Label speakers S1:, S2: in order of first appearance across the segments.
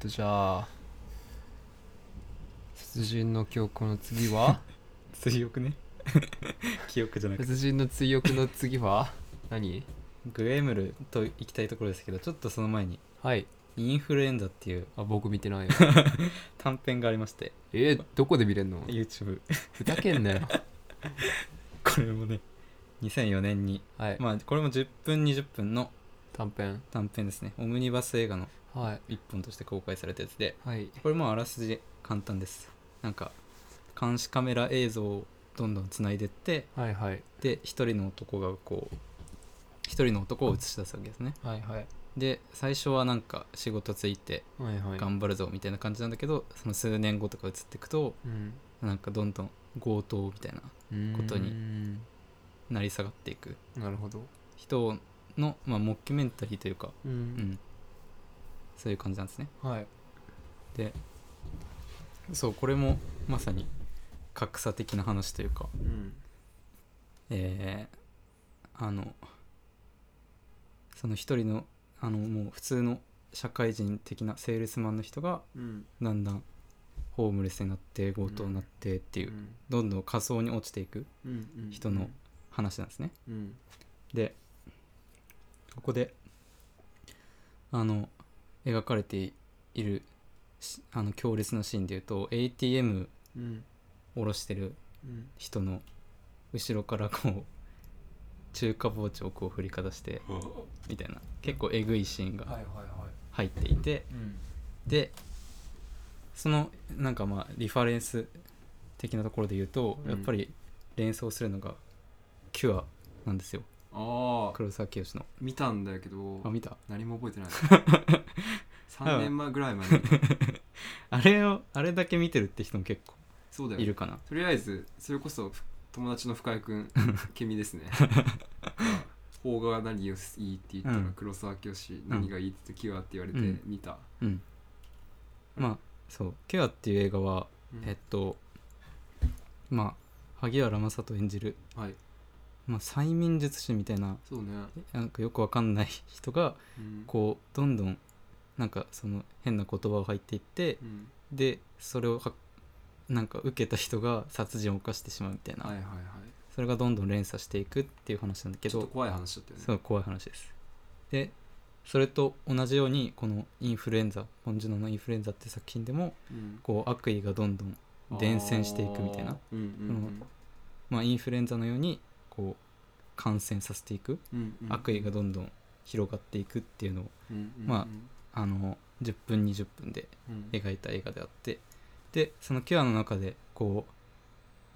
S1: とじゃあ殺人の今日この次 は
S2: 追憶ね 記憶じゃなくて
S1: 殺人の追憶の次は 何
S2: グエムルと行きたいところですけどちょっとその前に
S1: はい
S2: インフルエンザっていう
S1: あ僕見てないよ
S2: 短編がありまして
S1: えー、どこで見れんの
S2: YouTube
S1: ふざけん なよ
S2: これもね2004年に
S1: はい
S2: まあこれも10分20分の
S1: 短編
S2: 短編ですねオムニバス映画の
S1: はい
S2: 一本として公開されたやつで
S1: はい
S2: これもあらすじ簡単ですなんか監視カメラ映像をどんどんつないでって
S1: はいはい
S2: で一人の男がこう一人の男を映し出すわけですね
S1: はいはい
S2: で最初はなんか仕事ついて
S1: はいはい
S2: 頑張るぞみたいな感じなんだけどその数年後とか映ってくと
S1: うん
S2: なんかどんどん強盗みたいな
S1: うーん
S2: こと成り下がっていく
S1: なるほど
S2: 人の、まあ、モキュメンタリーというか、
S1: う
S2: うんん、そういう感じなんですね
S1: はい
S2: そうこれもまさに格差的な話というか
S1: うん
S2: えーあのその一人のあのもう普通の社会人的なセールスマンの人が
S1: うん
S2: だんだんホームレスになって強盗になってっていう、
S1: うん
S2: どんどん仮想に落ちていく
S1: うん
S2: 人の話なんですね
S1: うん
S2: でここであの描かれているしあの強烈なシーンでいうと ATM
S1: うん
S2: 下ろしてる
S1: うん
S2: 人の後ろからこう中華包丁をこう振りかざしてみたいな結構えぐいシーンが
S1: はいはいは
S2: 入っていて
S1: いうん
S2: でそのなんかまあリファレンス的なところで言うと、
S1: うん
S2: やっぱり連想するのがキュアなんですよ
S1: ああ
S2: 黒沢清の
S1: 見たんだけど
S2: あ見た
S1: 何も覚えてない 3年前ぐらいまで
S2: あれをあれだけ見てるって人も結構
S1: そうだ
S2: い
S1: よ
S2: るかな
S1: とりあえずそれこそふ友達の深井君君です ね邦画が何がいいって言った
S2: う
S1: ら
S2: ん
S1: 黒沢清何がいいって言ってキュアって言われて
S2: うん
S1: 見た
S2: うんまあそう「キュア」っていう映画は、
S1: うん
S2: えっとまあ萩原正人演じる、
S1: はい
S2: まあ、催眠術師みたいな
S1: そうね
S2: なんかよくわかんない 人が
S1: うん
S2: こうどんどんなんかその変な言葉を入っていって
S1: うん
S2: でそれをはなんか受けた人が殺人を犯してしまうみたいな、
S1: はいはいはい
S2: それがどんどん連鎖していくっていう話なんだけ
S1: ちょっ
S2: ど
S1: と怖い話だったよね
S2: そう怖い話ですでそれと同じようにこのインフルエンザポン・ジュノのインフルエンザって作品でも
S1: うん
S2: こう悪意がどんどん伝染していくみたいな
S1: あーうんうん
S2: まあインフルエンザのようにこう感染させていく、
S1: うんうんうん
S2: 悪意がどんどん広がっていくっていうのを
S1: うんうんうん
S2: まああの10分20分で
S1: うん
S2: 描いた映画であってでその「キュア」の中でこ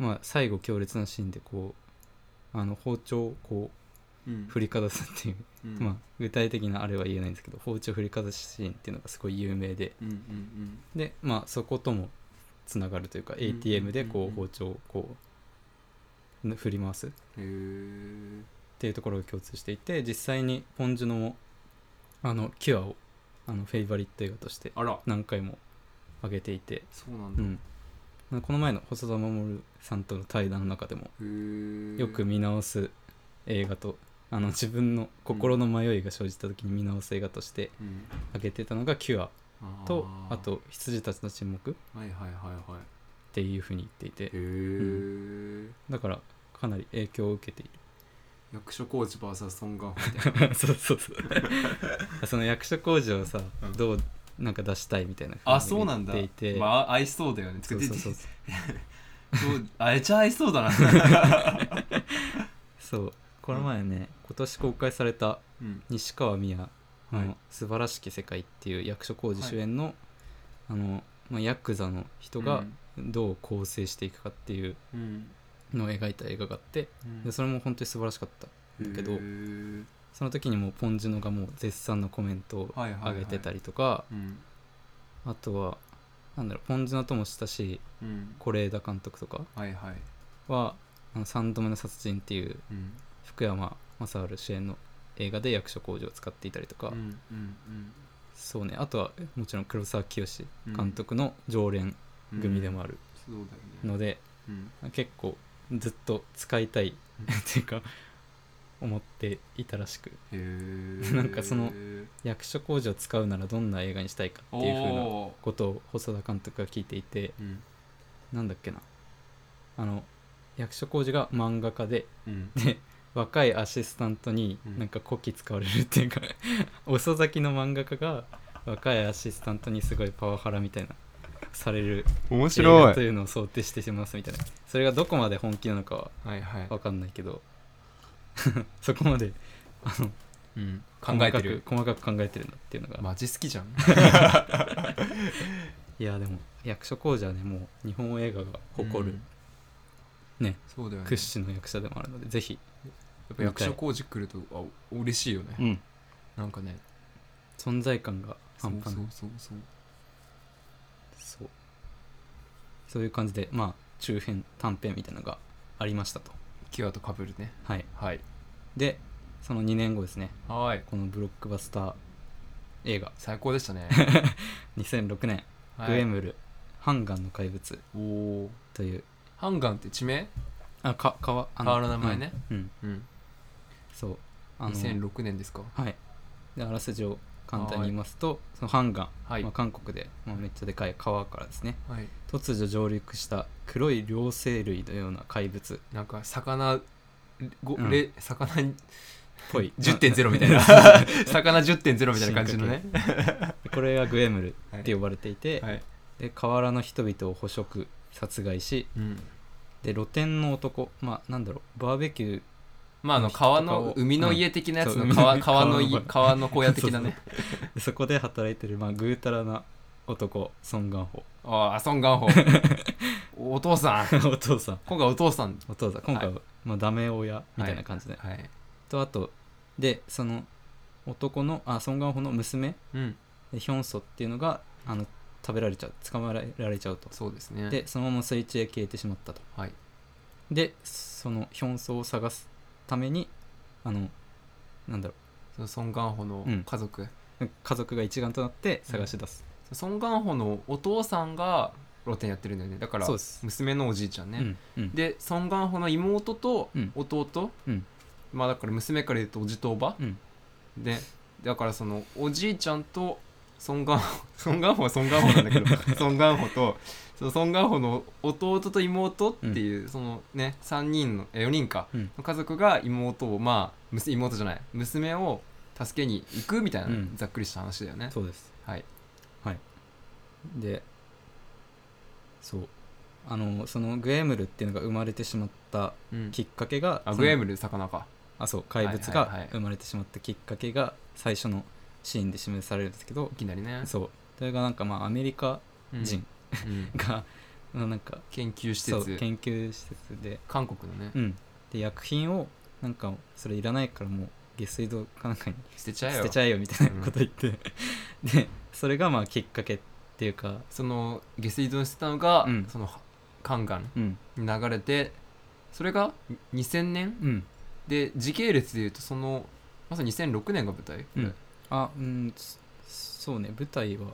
S2: う、まあ、最後強烈なシーンでこうあの包丁をこ
S1: うん
S2: う振りかざすっていう、
S1: うん
S2: まあ、具体的なあれは言えないんですけど包丁振りかざすシーンっていうのがすごい有名で
S1: うんうん
S2: で、まあ、そこともつながるというか
S1: んうんうん
S2: ATM でこう包丁をこう振り回すっ
S1: うんへえ
S2: ていうところが共通していて実際にポン・ジュノもあの「キュア」をあのフェイバリット映画として
S1: あら
S2: 何回も上げていて
S1: そうなん
S2: う
S1: だ
S2: ん、まあこの前の細田守さんとの対談の中でも
S1: へえ
S2: よく見直す映画とあの自分の心の迷いが生じた時に見直す映画として
S1: うん
S2: 挙げてたのが「キュア」と
S1: ー
S2: あと「羊たちの沈黙」っ
S1: はいはいはいはい
S2: ていうふうに言っていて
S1: へえ、
S2: だからかなり影響を受け てい
S1: 役所工事 VS ソン・ガンホみたいな
S2: るそうそうそう その役所工事をさ、
S1: うん
S2: どうなんか出したいみたいな
S1: あそうなんだ
S2: 言っていて、
S1: まあ合いそうだよね
S2: そうそうそう
S1: ててそうあめちゃ合いそうだな
S2: そうこの前ね、今年公開された
S1: うん
S2: 西川美也の
S1: はい
S2: 「素晴らしき世界」っていう役所広司主演の,、あのまあ、ヤクザの人がどう構成していくかっていう
S1: うん
S2: のを描いた映画があって
S1: うん
S2: でそれも本当に素晴らしかっただけど
S1: へー
S2: その時にもうポン・ジュノがもう絶賛のコメントを
S1: はいはいはい
S2: 上げてた
S1: り
S2: りとか、
S1: うん
S2: あとはなんだろうポン・ジュノとも親しい
S1: うん
S2: 是枝監督とか
S1: はいはい
S2: は「あの3度目の殺人」っていう
S1: うん
S2: 福山雅治主演の映画で役所広司を使っていたりとか、
S1: うんうんうん
S2: そうねあとはもちろん黒沢清
S1: うん
S2: 監督の常連
S1: うん
S2: 組でもある
S1: そうだよね
S2: ので、
S1: うん
S2: 結構ずっと使いたいっていうか思っていたらしく
S1: へえ
S2: なんかその役所工事を使うならどんな映画にしたいかっていう風な
S1: おー
S2: ことを細田監督が聞いていて
S1: うん
S2: なんだっけなあの役所工事が漫画家で
S1: うん
S2: で若いアシスタントに
S1: うん
S2: なんかこき使われるっていうか 遅咲きの漫画家が若いアシスタントにすごいパワハラみたいなされる
S3: 面
S2: 映画
S3: 白
S2: と
S3: い
S2: いうのを想定してしますみたいなそれがどこまで本気なのかは
S1: はいはい
S2: 分かんないけど そこまであの
S1: うん考
S2: 細
S1: え
S2: かく
S1: てる
S2: 細かく考えてるんだっていうのが、
S1: マジ好きじゃん
S2: いやでも役所工事はねもう日本映画が誇る
S1: うん
S2: ね
S1: そうだよねや
S2: 屈指の役者でもあるので、ぜひ、
S1: っぱ役所工事来るとあお嬉しいよね
S2: うん、
S1: なんかね
S2: 存在感が
S1: そう
S2: 半
S1: そ
S2: 端
S1: う
S2: ない
S1: そうそう
S2: そうそういう感じでまあ中編短編みたいなのがありましたと
S1: キュアとかぶるね
S2: はい
S1: はい
S2: でその2年後ですね
S1: はーい
S2: このブロックバスター映画
S1: 最高でした ね、
S2: 2006年、
S1: はい、
S2: グエムル「ハンガンの怪物
S1: おお」
S2: という
S1: ハンガンって地名
S2: あか川あ
S1: 川の名前ね、
S2: うん、うん
S1: うん
S2: そうあの
S1: 2006年ですか
S2: はいであらすじを簡単に言いますとそのハンガン、
S1: はい
S2: まあ、韓国で、まあ、めっちゃでかい川からですね
S1: はい
S2: 突如上陸した黒い両生類のような怪物っ
S1: なんか魚ご、
S2: うん
S1: れ魚に
S2: ぽ い
S1: 10.0みた いな魚10.0みたいな感じのね
S2: これがグエムル
S1: はい
S2: って呼ばれていて、
S1: はい
S2: で河原の人々を捕食殺害し
S1: うん
S2: で露店の男まあなんだろうバーベキュー
S1: まああの川の
S2: うん
S1: 海の家的なやつ
S2: そう
S1: の川
S2: 海の
S1: 川の
S2: 川の
S1: 家川の小屋的なね
S2: で そこで働いてる、まあ、ぐうたらな男ソン・ガンホ
S1: ああソン・ガンホお父さん
S2: お父さん
S1: 今回お父さん
S2: お父さん今回は、まあ、ダメ親みたいな感じで、
S1: はい
S2: とあとでその男のあソン・ガンホの娘
S1: うん
S2: でヒョンソっていうのがあの食べられちゃう捕まえられちゃうと
S1: そうですね
S2: でそのまま水中へ消えてしまったと
S1: はい
S2: でそのヒョンソを探すためにあのなんだろ
S1: そのソン・ガンホの
S2: うん
S1: 家族、
S2: う家族が一丸となって探し出す、
S1: ソン・ガンホのお父さんが露店やってるんだよねだから
S2: そうです
S1: 娘のおじいちゃんね、
S2: うんうん
S1: でソン・ガンホの妹と
S2: うん
S1: 弟、
S2: うん
S1: まあだから娘から言うとおじとおば、
S2: うん
S1: でだからそのおじいちゃんとソン・ガンホ ソン・ガンホはソン・ガンホなんだ けどソン・ガンホとそのソン・ガンホの弟と妹っていう、そのね3人の4人か、
S2: うん
S1: の家族が妹をまあむす妹じゃない娘を助けに行くみたいな、
S2: うん
S1: ざっくりした話だよね
S2: そうです
S1: はい
S2: でそうあのそのグエムルっていうのが生まれてしまった
S1: うん
S2: きっかけが、そ
S1: あ
S2: の
S1: グエムル魚か
S2: あそう怪物
S1: はいはいは
S2: が
S1: い
S2: 生まれてしまったきっかけが最初のシーンで示されるんですけど
S1: い、きなりね
S2: そうそれがなんかまあアメリカ
S1: うん
S2: 人
S1: うん
S2: が、まあなんか
S1: 研究施
S2: そう
S1: 設
S2: 研究施設で
S1: 韓国のね
S2: うん、で薬品をなんかそれいらないからもう下水道かなんかに
S1: 捨てちゃえ
S2: 捨
S1: よ
S2: てちゃえよみたいなこと言って、 でそれがまあきっかけっていうか、
S1: その下水道に捨てたのが
S2: うん
S1: そのカンガン
S2: うん
S1: に流れてそれが2000年
S2: うん
S1: で時系列でいうとそのまさに2006年が舞台
S2: うんあうんそそうね舞台は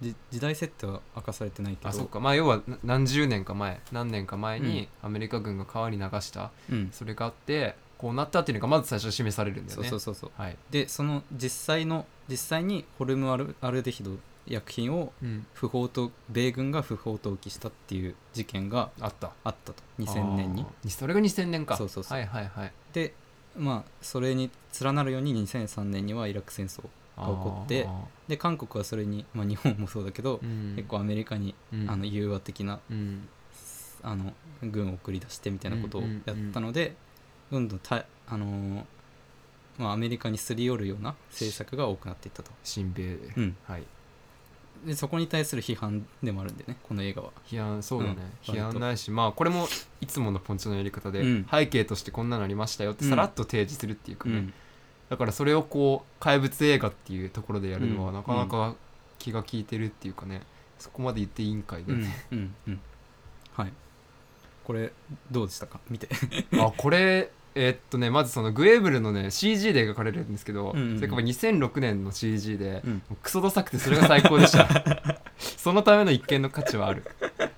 S2: じ時代設定は明かされてないけど
S1: あそっかまあ要はな何十年か前何年か前にアメリカ軍が川に流した
S2: うん
S1: それがあってこうなったっていうのがまず最初に示されるんだよ
S2: そ
S1: ね
S2: うそうそうそう
S1: はい
S2: でその実際の実際にホルムアルアルデヒド薬品を
S1: うん
S2: 不法と米軍が不法投棄したっていう事件が
S1: あった
S2: あったと2000年に
S1: あーそれが2000年か
S2: そうそうそう
S1: はいはいはい
S2: でまあそれに連なるように2003年にはイラク戦争が起こって
S1: あー
S2: で韓国はそれに、まあ、日本もそうだけど、
S1: うん
S2: 結構アメリカに、
S1: うん
S2: あの融和的な
S1: うん
S2: あの軍を送り出してみたいなことを
S1: うんうんう
S2: や
S1: ん
S2: ったので、どんどんた、あのーまあ、アメリカにすり寄るような政策が多くなっていったと、
S1: 新米
S2: うん、
S1: はい
S2: でそこに対する批判でもあるんでねこの映画は
S1: 批判そうだね、
S2: うん
S1: 批判ないしまあこれもいつものポンチョのやり方で、
S2: うん
S1: 背景としてこんなのありましたよってさらっと提示するっていうか
S2: う
S1: ね、
S2: ん、
S1: だからそれをこう怪物映画っていうところでやるの
S2: う
S1: は
S2: ん
S1: なかなか気が利いてるっていうかねそこまで言っていいんかいで、
S2: うんうんうんはいこれどうでしたか見て
S1: あこれえっとねまずそのグエーブルのね CG で描かれるんですけど、
S2: うんうんうん
S1: それから2006年の CG で、
S2: うん
S1: もうクソダサくてそれが最高でしたそのための一見の価値はある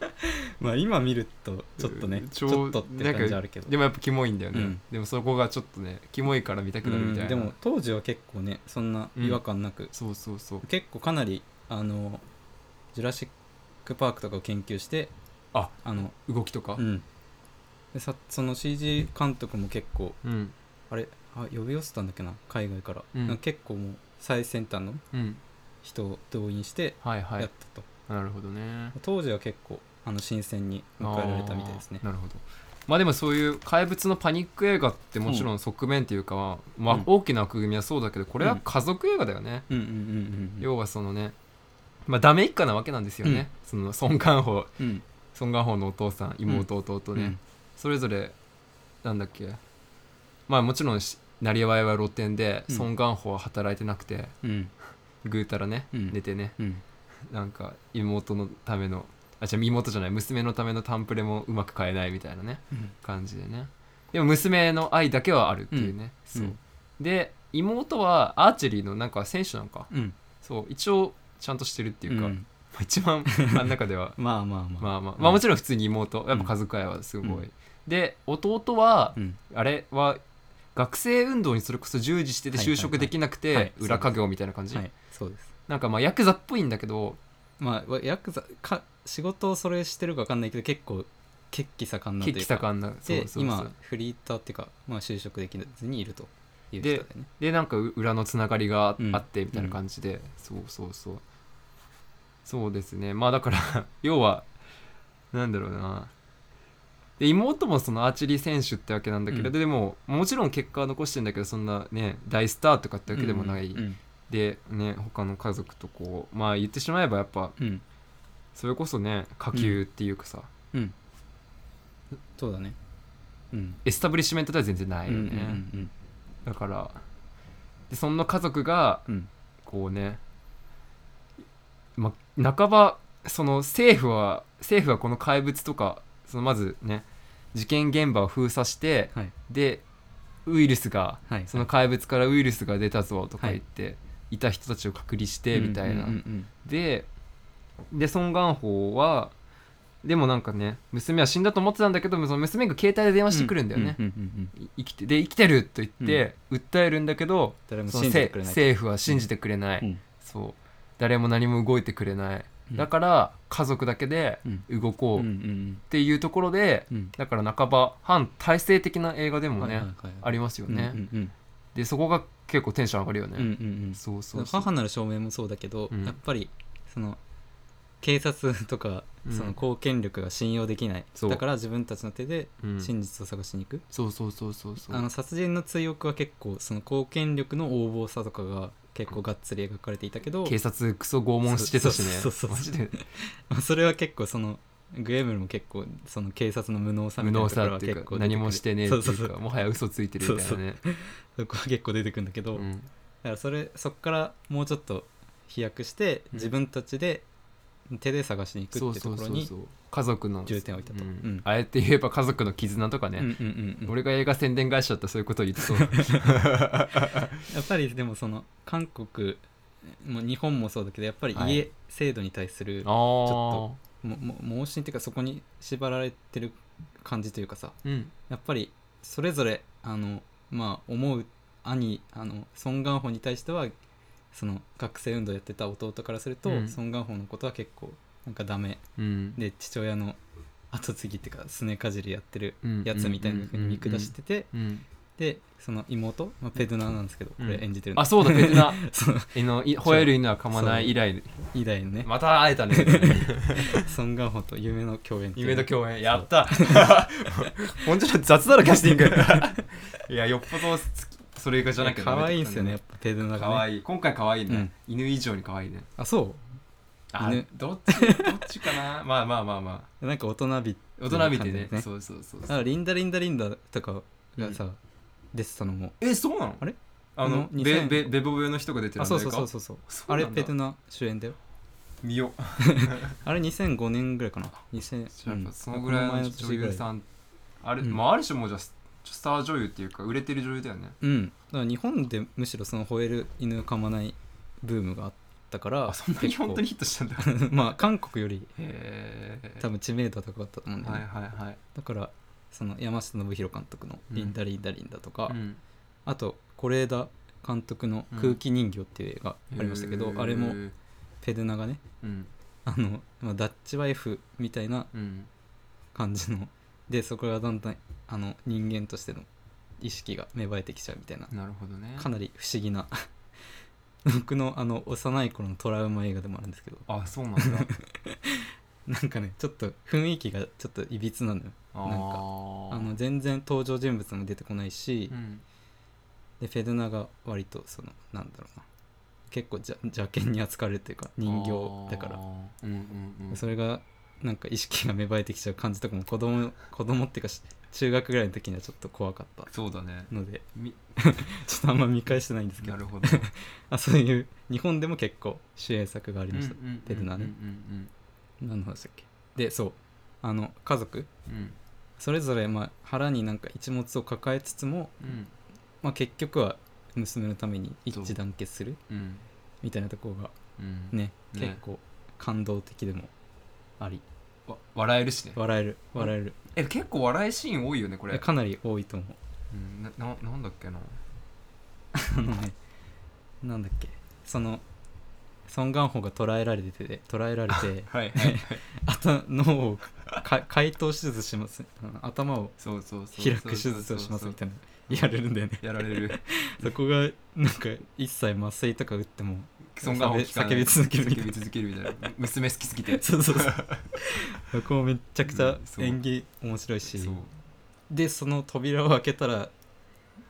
S2: まあ今見るとちょっとね
S1: うん
S2: ち
S1: 超
S2: ょっとって感じあるけど
S1: でもやっぱキモいんだよね、
S2: うん
S1: でもそこがちょっとねキモいから見たくなるみたいな、
S2: うんでも当時は結構ねそんな違和感なく、
S1: そうそうそう
S2: 結構かなりあのジュラシック・パークとかを研究して
S1: あ
S2: あの
S1: 動きとか
S2: うんでさその CG 監督も結構
S1: うん
S2: あれあ呼び寄せたんだっけな海外から、
S1: うん
S2: なんか結構もう最先端の
S1: うん
S2: 人を動員して
S1: はいは
S2: やった
S1: い
S2: と、
S1: なるほどね
S2: 当時は結構あの新鮮に迎えられたみたいですね
S1: あーなるほどまあでもそういう怪物のパニック映画ってもちろん側面というかは、ま
S2: う
S1: あ
S2: ん、
S1: 大きな枠組みはそうだけどこれは家族映画だよね、
S2: うんうんうんうん
S1: 要はそのねまあダメ一家なわけなんですよね、その孫漢宝
S2: うん
S1: 孫漢宝のお父さん妹弟ね、それぞれなんだっけまあもちろんしなりわいは露店で
S2: うん
S1: 孫漢宝は働いてなくて
S2: うん
S1: ぐうたらね、
S2: うん
S1: 寝てね
S2: うん
S1: なんか妹のためのあじゃ妹じゃない娘のためのタンプレもうまく買えないみたいなね
S2: うん
S1: 感じでねでも娘の愛だけはあるっていうね、
S2: うん
S1: そうで妹はアーチェリーのなんか選手なんか
S2: うん
S1: そう一応ちゃんとしてるっていうか、
S2: ん
S1: まあ一 番真ん中では
S2: まあまあまあ
S1: まあまあ、
S2: うん
S1: まあもちろん普通に妹やっぱ家族愛はすごい、で弟は
S2: うん
S1: あれは学生運動にそれこそ従事してて
S2: はいはいは
S1: 就
S2: い
S1: 職できなくて、
S2: はい
S1: 裏稼業みたいな感じ、
S2: はいそうです
S1: なんかまあヤクザっぽいんだけど
S2: まあわヤクザか仕事をそれしてるか分かんないけど結構血気盛んなという
S1: 血
S2: か
S1: 気盛んなそう
S2: で
S1: そうそう
S2: 今フリーターっていうか、まあ、就職できずにいるという人だよね
S1: でなんかう裏のつながりが
S2: うん
S1: あってみたいな感じで、そうそうそうそうですねまあだから 要はなんだろうなで妹もそのアーチェリー選手ってわけなんだけれど、
S2: う
S1: でももちろん結果は残してんだけどそんなね大スターとかってわけでもない、
S2: うん
S1: でね他の家族とこうまあ言ってしまえばやっぱ
S2: うん
S1: それこそね下級っていうかさ、
S2: うんそうだねうん
S1: エスタブリッシュメントでは全然ないよね、
S2: うん
S1: だからでそんな家族が
S2: うんうん
S1: こうねま半ばその政府は政府はこの怪物とかそのまずね事件現場を封鎖して
S2: はい
S1: でウイルスが
S2: はい
S1: その怪物からウイルスが出たぞとか言って、いた人たちを隔離してみたいな、
S2: うんうん
S1: でで孫元宝はでもなんかね娘は死んだと思ってたんだけどその娘が携帯で電話してくるんだよね、
S2: うんうんうんうん
S1: い生きてで生きてると言って訴えるんだけど、
S2: 誰も
S1: その
S2: 信じて
S1: せ
S2: くれない
S1: 政府は信じてくれない、
S2: うん
S1: そう誰も何も動いてくれない、
S2: うん
S1: だから家族だけで動こ
S2: うんう
S1: うんうっていうところで、
S2: うんうん
S1: だから半ば反体制的な映画でもね、
S2: はいはいはい
S1: ありますよね、
S2: うんうん
S1: でそこが結構テンション上がるよね、
S2: うんうんうん
S1: そう
S2: そ
S1: そううそう
S2: 母なる証明もそうだけど、
S1: うん
S2: やっぱりその警察とか
S1: うん
S2: その公権力が信用できない、
S1: そう
S2: だから自分たちの手で
S1: うん
S2: 真実を探しに行く、
S1: そうそうそうそうそう
S2: あの殺人の追憶は結構その公権力の横暴さとかが結構がっつり描かれていたけど、
S1: 警察クソ拷問してたしね
S2: そうそうそうそう
S1: マジで
S2: まあそれは結構そのグエムルも結構その警察の無能さ
S1: 無
S2: みたいな
S1: 能
S2: ところ
S1: さ
S2: は
S1: ってい
S2: 結
S1: う
S2: 構
S1: か
S2: 出てくる
S1: 何もしてねえっていうか
S2: そうそうそう
S1: もはや嘘ついてるみたいなね
S2: そこは結構出てくるんだけど、
S1: う
S2: だ
S1: ん
S2: からそれそこからもうちょっと飛躍して
S1: うん
S2: 自分たちで手で探しに
S1: そ
S2: 行くっ
S1: う
S2: てとこ
S1: そう
S2: ろ
S1: そう
S2: に
S1: そう家族の
S2: 重点を置いたと
S1: うん
S2: うん
S1: あえて言えば家族の絆とかね、
S2: うんうんうんうん
S1: 俺が映画宣伝会社だったらそういうことを言ってそう
S2: やっぱりでもその韓国も日本もそうだけどやっぱり
S1: はい
S2: 家制度に対する、
S1: ああ
S2: もも盲信っていうかそこに縛られてる感じというかさ
S1: うん
S2: やっぱりそれぞれあのまあ思う兄あのソン・ガンホに対してはその学生運動やってた弟からすると、
S1: うん
S2: ソン・ガンホのことは結構なんかダメ
S1: うん
S2: で父親の後継ぎっていうかすねかじりやってる
S1: うん
S2: やつみたいなふうに見下してて、
S1: うん
S2: でその妹、まあ、ペドナーなんですけど、
S1: うん
S2: これ演じてるの
S1: あそうだ別な
S2: その
S1: えのい吠える犬は噛まない以来
S2: 以来のね、
S1: また会えたね
S2: ソン・ガンホと夢の共演っていう
S1: 夢の共演やった本当に雑だろキャスティン グいやよっぽど好きそれ以下じゃなきゃ
S2: 可
S1: ダメだった
S2: 愛いんですよねやっぱペドナが、ね、
S1: 可愛い今回可愛いね、
S2: うん
S1: 犬以上に可愛いね
S2: あそ
S1: あ
S2: 犬
S1: どっちどっちかなまあまあまあまあ
S2: うなんか大人び
S1: 大人びてね
S2: 感じだよね
S1: そうそうそう
S2: だからリンダリンダリンダとかがさ、
S1: う
S2: 出てたのも
S1: えそうなの
S2: あれ
S1: あの
S2: あの
S1: ベ
S2: 2000
S1: ベベボベの人が出てる
S2: あ
S1: んだ
S2: そう
S1: よ
S2: そうそうそうそう
S1: そう
S2: あ
S1: なん
S2: れ
S1: だ
S2: ペドナ主演だよ
S1: 見よう
S2: あれ2005年ぐらいかな
S1: じゃ
S2: 2000、
S1: あ
S2: う
S1: やっ
S2: ん
S1: ぱそのぐらいの女優
S2: ん
S1: さんあれ、
S2: うん
S1: まあある種もうじゃあススター女優っていうか売れてる女優だよね
S2: うんだから日本でむしろその吠える犬噛まないブームがあっったから
S1: あそんなに
S2: 結構
S1: 本当にヒットしたんだ
S2: まあ韓国より
S1: へえ
S2: 多分知名度は高かったと思うんだよ
S1: は
S2: ね、
S1: いはいはい
S2: だからその山下信弘監督の「
S1: うん
S2: リンダリンダリンダ」とか、
S1: うん
S2: あと是枝監督の「空気人形」っていう映画ありましたけど、あれもペデナがね
S1: うん
S2: あの、まあ、ダッチワイフみたいな
S1: うん
S2: 感じの でそこがだんだんあの人間としての意識が芽生えてきちゃうみたいな
S1: なるほどね
S2: かなり不思議な 僕のあの幼い頃のトラウマ映画でもあるんですけど
S1: あそうな んだ
S2: なんかねちょっと雰囲気がちょっといびつなのよ
S1: あー
S2: なんかあの全然登場人物も出てこないし、
S1: うん
S2: でフェドナが割とそのなんだろうな結構じゃ邪険に扱われるというか人形だから
S1: あーうんうんうん
S2: それがなんか意識が芽生えてきちゃう感じとかも子供子供っていうかし中学ぐらいの時にはちょっと怖かった
S1: そうだね
S2: ので
S1: み
S2: ちょっとあんま見返してないんですけ
S1: な
S2: ど
S1: るほど
S2: あそういう日本でも結構主演作がありました、
S1: うんうんうん
S2: ペルナね
S1: うん
S2: 何の話だっけでそうあの家族
S1: うんうん
S2: それぞれまあ腹になんか一物を抱えつつも、
S1: うん
S2: まあ、結局は娘のために一致団結する
S1: うん
S2: みたいなところが
S1: うん
S2: ね
S1: ね
S2: 結構感動的でもあり
S1: わ笑えるしね
S2: 笑える笑える
S1: え結構笑いシーン多いよねこ
S2: いや
S1: れ
S2: かなり多いと思う
S1: うんなななんだっけな
S2: あのねなんだっけそのソン・ガンホが捕らえられてて捉えられて
S1: はいはいはい
S2: あと脳を か解凍手術しますあの頭を
S1: そうそうそう
S2: 開く手術をしますみたいなやれるんだよね
S1: やられ る
S2: そこがなんか一切麻酔とか打って も
S1: そんな大きかない
S2: 叫び続けるみたい
S1: 叫
S2: な
S1: び続けるみたいな娘好きすぎて
S2: そうそうそうそこもめちゃくちゃ
S1: うんそう
S2: 演技面白いし、
S1: そう
S2: でその扉を開けたら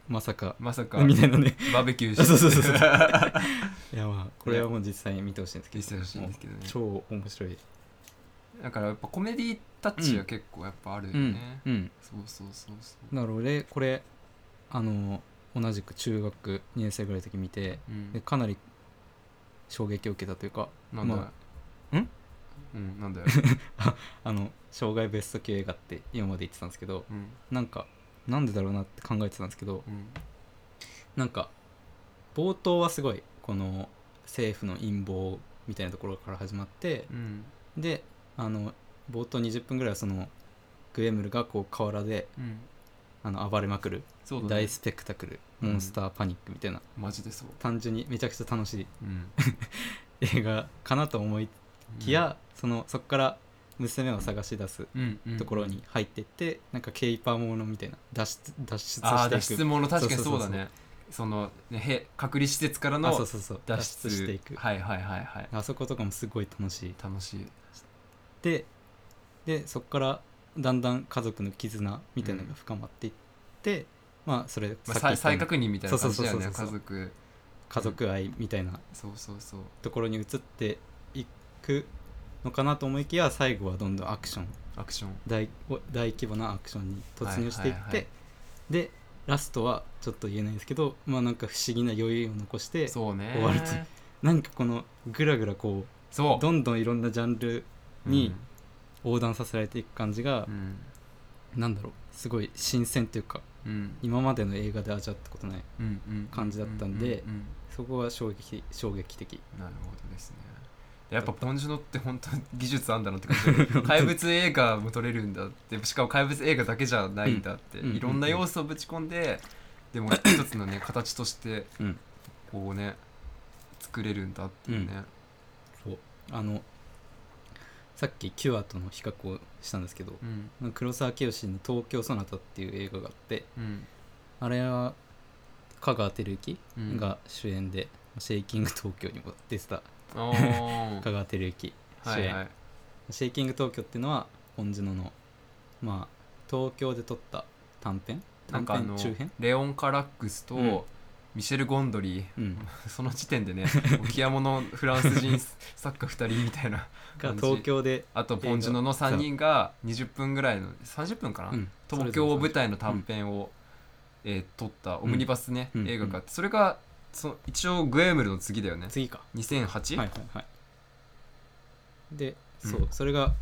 S2: まさか
S1: まさか
S2: みたいなね
S1: バーベキュー
S2: あそうそう
S1: し
S2: そうそう
S1: て
S2: いやまあこれはもう実際に見てほしいんですけ
S1: 見
S2: ど
S1: せてほしいんですけどね
S2: もう超面白い
S1: だからやっぱコメディタッチは結構やっぱあるよ
S2: うん、
S1: ね
S2: うん
S1: そうそうそうそう
S2: だから俺これあの同じく中学2年生ぐらいの時見て
S1: うん
S2: でかなり衝撃を受けたというか
S1: なんだよ
S2: まあん
S1: うんなんだ よ
S2: あの障害ベスト級映画って今まで言ってたんですけど
S1: うん
S2: なんかなんでだろうなって考えてたんですけど
S1: うん
S2: なんか冒頭はすごいこの政府の陰謀みたいなところから始まって
S1: うん
S2: であの冒頭20分ぐらいはそのグエムルがこう河原で
S1: うん
S2: あの暴れまくる
S1: そうだね
S2: 大スペクタクルモンスターパニックみたいな、
S1: マジでそう
S2: 単純にめちゃくちゃ楽しい
S1: うん
S2: 映画かなと思いき
S1: うん
S2: や、そのそこから娘を探し出す
S1: うんうん
S2: ところに入っていって、なんかケイパーものみたいな脱出脱出
S1: ああ
S2: し
S1: 脱
S2: てい
S1: 出
S2: く
S1: 物確かに
S2: そ
S1: そうう
S2: そうそうそ
S1: だ
S2: う
S1: ねそのねへ隔離施設から
S2: あそう
S1: の
S2: そうそう
S1: 脱
S2: 脱
S1: 出
S2: 出していく、
S1: はいはいはいはい
S2: あそことかもすごい楽しい
S1: 楽しい
S2: ででそこからだんだん家族の絆みたいなのが深まっていって、まあそれ
S1: まあ
S2: さっき言った
S1: 再
S2: よ
S1: 再
S2: うに
S1: 確認みたいな感じだ
S2: そ
S1: よね
S2: うそう
S1: 家
S2: そうそう
S1: 族
S2: 家族愛みたいな
S1: そうそうそう
S2: ところに移っていくのかなと思いきや最後はどんどんアクション
S1: アクション
S2: 大大規模なアクションに突入していって、
S1: はいはいはい
S2: でラストはちょっと言えないんですけどまあなんか不思議な余裕を残して
S1: そうね
S2: 終わるとなんかこのぐらぐらこ
S1: そう
S2: うどんどんいろんなジャンル
S1: うん
S2: に横断させられていく感じが
S1: う、ん
S2: なんだろうすごい新鮮というか
S1: うん
S2: 今までの映画で味わったことない
S1: うんうん
S2: 感じだったんで
S1: うううん
S2: そこは衝撃衝撃的
S1: うんなるほどですねやっぱポンジュノって本当に技術あんだなって感 じだ怪物映画も撮れるんだってしかも怪物映画だけじゃないんだって、
S2: うん
S1: いろんな要素をぶち込んで、でも一つのね形として
S2: うん
S1: こうね作れるんだっていうね、
S2: そうあのさっきキュアとの比較をしたんですけど
S1: うん
S2: 黒沢清の「東京ソナタ」っていう映画があって
S1: うん
S2: あれは香川照之
S1: うん、
S2: が主演で「シェイキング東京」にも出てた
S1: お ー
S2: 香川照之主演、
S1: はいはい
S2: シェイキング東京っていうのは本ジュノのまあ東京で撮った短編
S1: なん
S2: 短
S1: かあ
S2: 編
S1: の
S2: 中編
S1: レオン・カラックス
S2: うん
S1: とミシェル・ゴンドリー、
S2: うん、
S1: その時点 でね沖山のフランス人作家2人みたいな
S2: が
S1: 感じ
S2: 東京で、
S1: あとポンジュノの3人が20分ぐらいの30分かな、
S2: うん
S1: 東京を舞
S2: それぞれ
S1: 台の短編を、えー撮ったオムニバスね、
S2: うん
S1: 映画があってそれがその一応グエムルの次だよね
S2: の次か
S1: 2008?、
S2: はいはいはいでそう、
S1: うん
S2: それが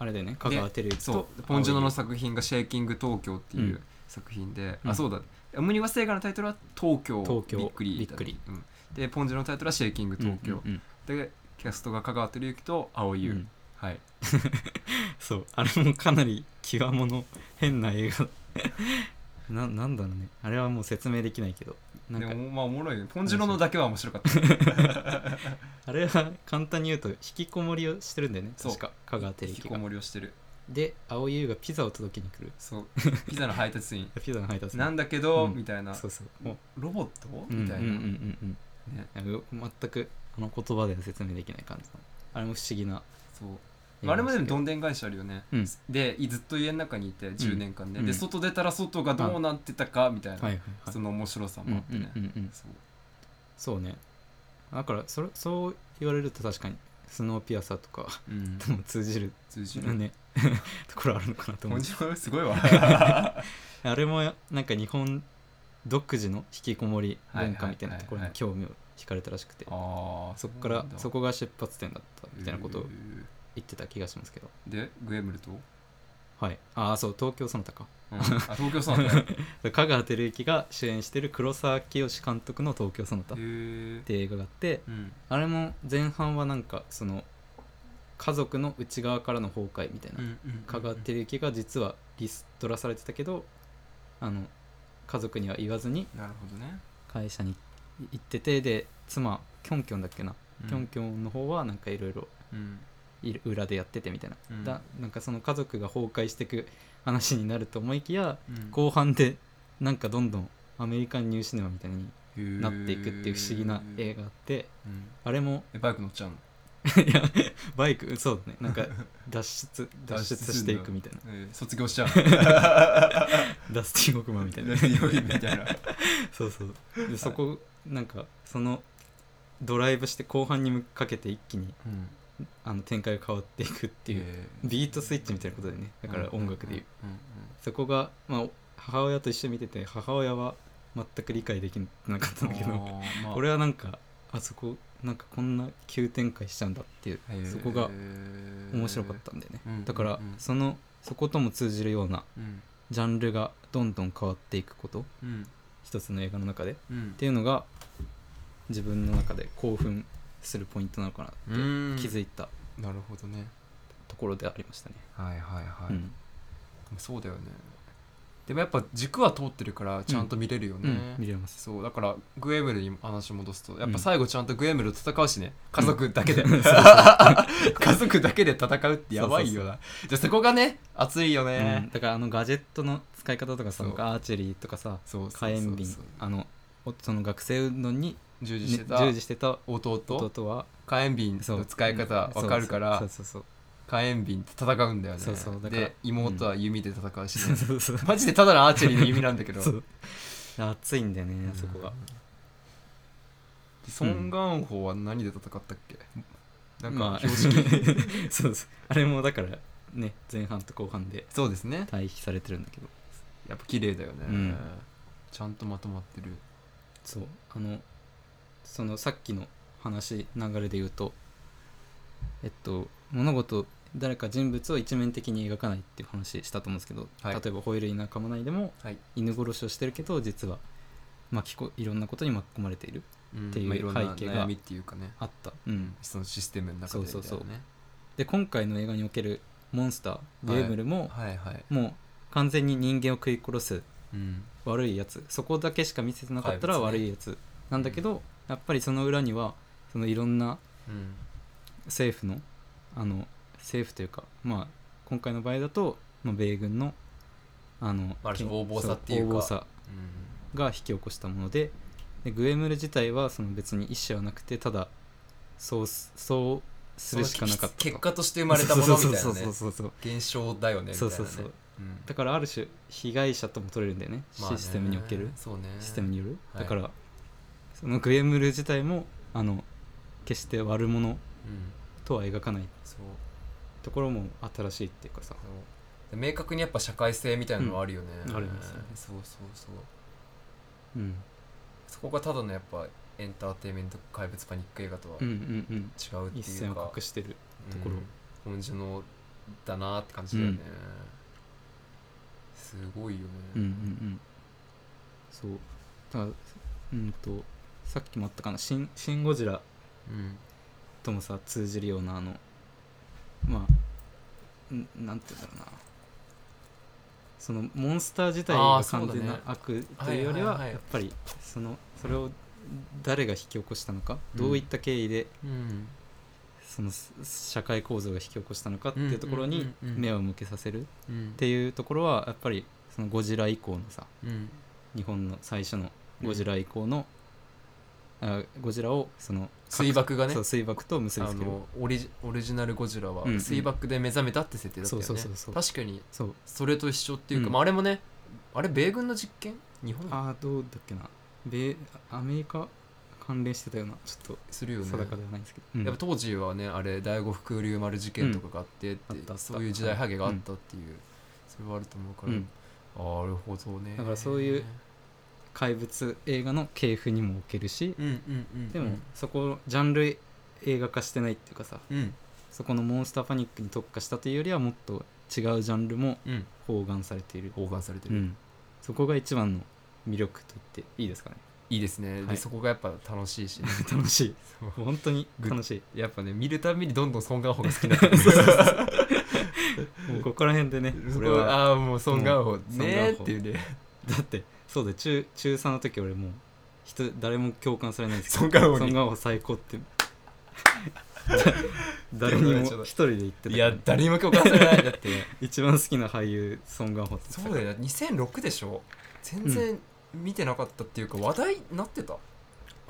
S2: あれだよね香川照之
S1: そ
S2: と
S1: うポンジュノの
S2: 青い
S1: 作品が「シェイキング東京」っていううん作品で、
S2: うん
S1: あそうだオムニバス映画のタイトルは「東京
S2: 東京
S1: びっくり」
S2: びっくり
S1: うんでポンジュノのタイトルは「シェイキング東京」
S2: うんうんうん
S1: でキャストが香川照之と蒼井優、
S2: うん
S1: はい
S2: そうあれもかなり際物変な映画 ななんだろうねあれはもう説明できないけどなん
S1: で
S2: か
S1: もまあおもろいねポンジュロのだけは面白かった
S2: あれは簡単に言うと引きこもりをしてるんだよね
S1: そう
S2: 確か香川照
S1: 引き
S2: 之
S1: こ
S2: が
S1: もりをしてる
S2: で蒼井優がピザを届けに来る
S1: そうピザの配 達員
S2: ピザの配達
S1: なんだけど、
S2: うん
S1: みたいな
S2: そうそうもう
S1: ロボット
S2: うん
S1: みたいな、
S2: うんうん
S1: ね、
S2: うんうんうん全くあの言葉では説明できない感じのあれも不思議な
S1: そうまああれもでもど
S2: ん
S1: んでん返しあるよね、
S2: うん
S1: でいずっと家の中にいて10年間で、
S2: うん
S1: で外出たら外がどうなってたかみたいな、
S2: はいはいはい
S1: その面白さ
S2: うん
S1: もあってね、
S2: うんうんうん
S1: そう
S2: そうねだからそれそう言われると確かにスノーピアサーとか
S1: うん
S2: とも通じる
S1: 通じる、
S2: ねところあるのかなと
S1: ポ
S2: 思う
S1: ンジュロすごい わ
S2: あれもなんか日本独自の引きこもり文化みたいなところ
S1: は
S2: に
S1: いはいはいはい
S2: 興味を惹かれたらしくて
S1: あー
S2: そこからそ
S1: こ
S2: こが出発点だったみたいなことを言ってた気がしますけど
S1: でグエムル と、うん
S2: はいああそう東京その他か
S1: あ東京ソナタへ
S2: 香川照之が主演してる黒沢清監督の「東京その他」っ
S1: え
S2: て映画があって
S1: うん
S2: あれも前半はなんかその家族の内側からの崩壊みたいな香川照之が実はリストラされてたけどあの家族には言わずに
S1: なるほどね
S2: 会社に行っててで妻キョンキョンだっけな、
S1: うん
S2: キョンキョンの方はなんかいろいろ
S1: うん
S2: 裏でやっててみたいな、
S1: うん
S2: だなんかその家族が崩壊してく話になると思いきや
S1: うん
S2: 後半でなんかどんどんアメリカンニューシネマみたいに
S1: へー
S2: なっていくっていう不思議な映画があって
S1: うん
S2: あれも
S1: えバイク乗っちゃうの
S2: いやバイクそうだねなんか脱出脱出していくみたい な
S1: えー卒業しちゃう
S2: ダスティン・ゴクマン みたい な
S1: 夏曜日みたいな
S2: そうそうでそこなんかそのドライブして後半にかけて一気に
S1: うん
S2: あの展開が変わっていくっていう、
S1: え
S2: ビートスイッチみたいなことでねだから音楽でいう,、
S1: んんん
S2: そこが、まあ、母親と一緒に見てて母親は全く理解できなかったんだけ
S1: あ
S2: ど
S1: ーまあ
S2: 俺はなんかあそこなんかこんな急展開しちゃうんだっていう
S1: へー
S2: そこが面白かったんだよね、
S1: うん
S2: だから、
S1: うん
S2: そのそことも通じるような
S1: うん
S2: ジャンルがどんどん変わっていくこと
S1: うん
S2: 一つの映画の中でっ
S1: うん
S2: ていうのが自分の中で興奮するポイントなのかなって
S1: うん
S2: 気づいた
S1: なるほどね
S2: ところでありましたね、
S1: はいはいは
S2: う
S1: い
S2: ん
S1: そうだよねでもやっぱ軸は通ってるからちゃんと見れるよ
S2: うん
S1: ね、
S2: 見れます
S1: そうだからグエムルに話戻すとやっ
S2: う
S1: ぱ
S2: ん
S1: 最後ちゃんとグエムルと戦うしね家族だけで、 家族だけで戦うってやばいよなじゃあそこがね熱いよ
S2: う
S1: ね
S2: ん、、だからあのガジェットの使い方とかさ
S1: そう
S2: なんかアーチェリーとかさ
S1: そうそう
S2: 火
S1: そう
S2: 炎瓶
S1: そう
S2: あのおその学生運動に、
S1: 従
S2: ね
S1: 事してた
S2: 従事してた
S1: 弟
S2: 弟は
S1: 火炎瓶の使い方わ
S2: そう
S1: かるから
S2: そうそうそう
S1: 火炎瓶と戦うんだよね
S2: そうそうだから
S1: で妹は弓で戦うし
S2: そう
S1: ね、
S2: そうそう
S1: マジでただのアーチェリーの弓なんだ けど
S2: そう熱いんだよね
S1: うん
S2: そこが
S1: でソン・ガンホは何で戦ったっけ、なん
S2: ま
S1: か
S2: あ
S1: 標識、
S2: そうそうあれもだからね前半と後半で
S1: そうですね
S2: 対比されてるんだけど
S1: やっぱ綺麗だよね、
S2: うん
S1: ちゃんとまとまってる
S2: そうあのそのさっきの話流れで言うとえっと物事誰か人物を一面的に描かないっていう話したと思うんですけど、
S1: はい
S2: 例えば「ホイール田舎もない」でも、
S1: はい
S2: 犬殺しをしてるけど実は巻きこいろんなことに巻き込まれている
S1: っ
S2: っていう
S1: ろんな
S2: 背景が
S1: 悩みっていうかね
S2: あった、うん、
S1: そのシステムの中でみたいな、ね、
S2: そうそうそうで今回の映画におけるモンスターグエムルも、
S1: はいはい、
S2: もう完全に人間を食い殺す
S1: うん、
S2: 悪いやつそこだけしか見せてなかったら
S1: 怪物
S2: 悪
S1: ね
S2: いやつなんだけど、やっぱりその裏にはそのいろんな
S1: うん
S2: 政府のあの政府というか、まあ、今回の場合だと、まあ、米軍のあの
S1: ある種
S2: け
S1: 横暴さっていう
S2: そ横暴
S1: か
S2: さが引き起こしたものででグエムル自体はその別に意思はなくてただそうすそうするしかなかったと
S1: 結果として生まれたものみたいなね
S2: そうそうそうそうそう
S1: 現象だよねみたいなね
S2: そうそうそう
S1: うん
S2: だからある種被害者とも取れるんだよね,、
S1: まあね
S2: システムにおける
S1: そうね
S2: システムによる、
S1: はい
S2: だからそのグエムル自体もあの決して悪者
S1: うん
S2: とは描かない
S1: そう
S2: ところも新しいっていうかさ
S1: そうで明確にやっぱ社会性みたいなのはあるよね、
S2: うんありますね
S1: そうそうそう
S2: うん
S1: そこがただのやっぱエンターテインメント怪物パニック映画とは
S2: うんう
S1: 違
S2: ん
S1: うっ
S2: うん一
S1: てい
S2: 線
S1: うか、
S2: を隠してる
S1: うん
S2: ところ
S1: 本日のだなって感じだよね、
S2: うん
S1: すごいよね、
S2: うんうんうんそうだからうんとさっきもあったかな「シン・シンゴジラ
S1: うん」
S2: ともさ通じるようなあのまあんなんて言うんだろうなそのモンスター自体
S3: あ
S2: が
S3: ーそう
S2: 完
S3: だね
S2: 全な悪というよりは
S3: はいはいはい
S2: やっぱりそのそれを誰が引き起こしたのか、どういった経緯で
S1: うん
S2: そのす社会構造が引き起こしたのかっていうところに
S1: うんうんうんうん
S2: 目を向けさせるっ
S1: うん
S2: ていうところはやっぱりそのゴジラ以降のさ
S1: うん
S2: 日本の最初のゴジラ以降の、あゴジラをその
S3: 水爆がね
S2: そう水爆と結び
S1: あ
S2: つける
S1: のオリジオリジナルゴジラは
S2: うんうん
S1: 水爆で目覚めたって設定だったよね、
S2: そうそうそうそう
S1: 確かに
S2: そう
S1: それと一緒っていうか、
S2: うん
S1: まあ、あれもねあれ米軍の実験日本
S2: ああどうだっけな米アメリカ関連してたようなちょっ
S1: するよ
S2: と
S1: ね
S2: 定かではないんですけど、うん
S1: やっぱ当時はねあれ第五福竜丸事件とかがあってって、
S2: うんあったあった
S1: そういう時代ハゲがあったっていう、それはあると思うから、
S2: うん
S1: ああなるほどね
S2: だからそういう怪物映画の系譜にも置けるし、
S1: うんうんうん
S2: でもそこをジャンル映画化してないっていうかさ
S1: うん
S2: そこのモンスターパニックに特化したというよりはもっと違うジャンルも
S1: うん
S2: 包含されている、
S1: 包含されて
S2: う
S1: る、
S2: ん、そこが一番の魅力と言っていいです かね
S1: いいですね、
S2: は
S1: で
S2: い
S1: そこがやっぱ楽しいし
S2: 楽しい
S1: そう
S2: もう本当に楽しい
S1: やっぱね見るたびにどんどんソン・ガンホが好きにな ってくる
S2: もうここら辺でね
S1: そこ
S2: 俺は
S1: ああもうソン・ガンホ
S2: うん
S1: ねー
S2: ソンガンホ
S1: っていうね
S2: だってそうだよ中中3の時俺もう人誰も共感されないんです
S1: ソン・ガンホ
S2: そん
S1: に
S2: な最高って 誰にも一人で言ってた
S1: い
S2: から
S1: や誰にも共感されないだって
S2: 一番好きな俳優ソン・ガンホって言ってた
S1: そうだよ2006でしょ全然見てなかったっていうか話題になってた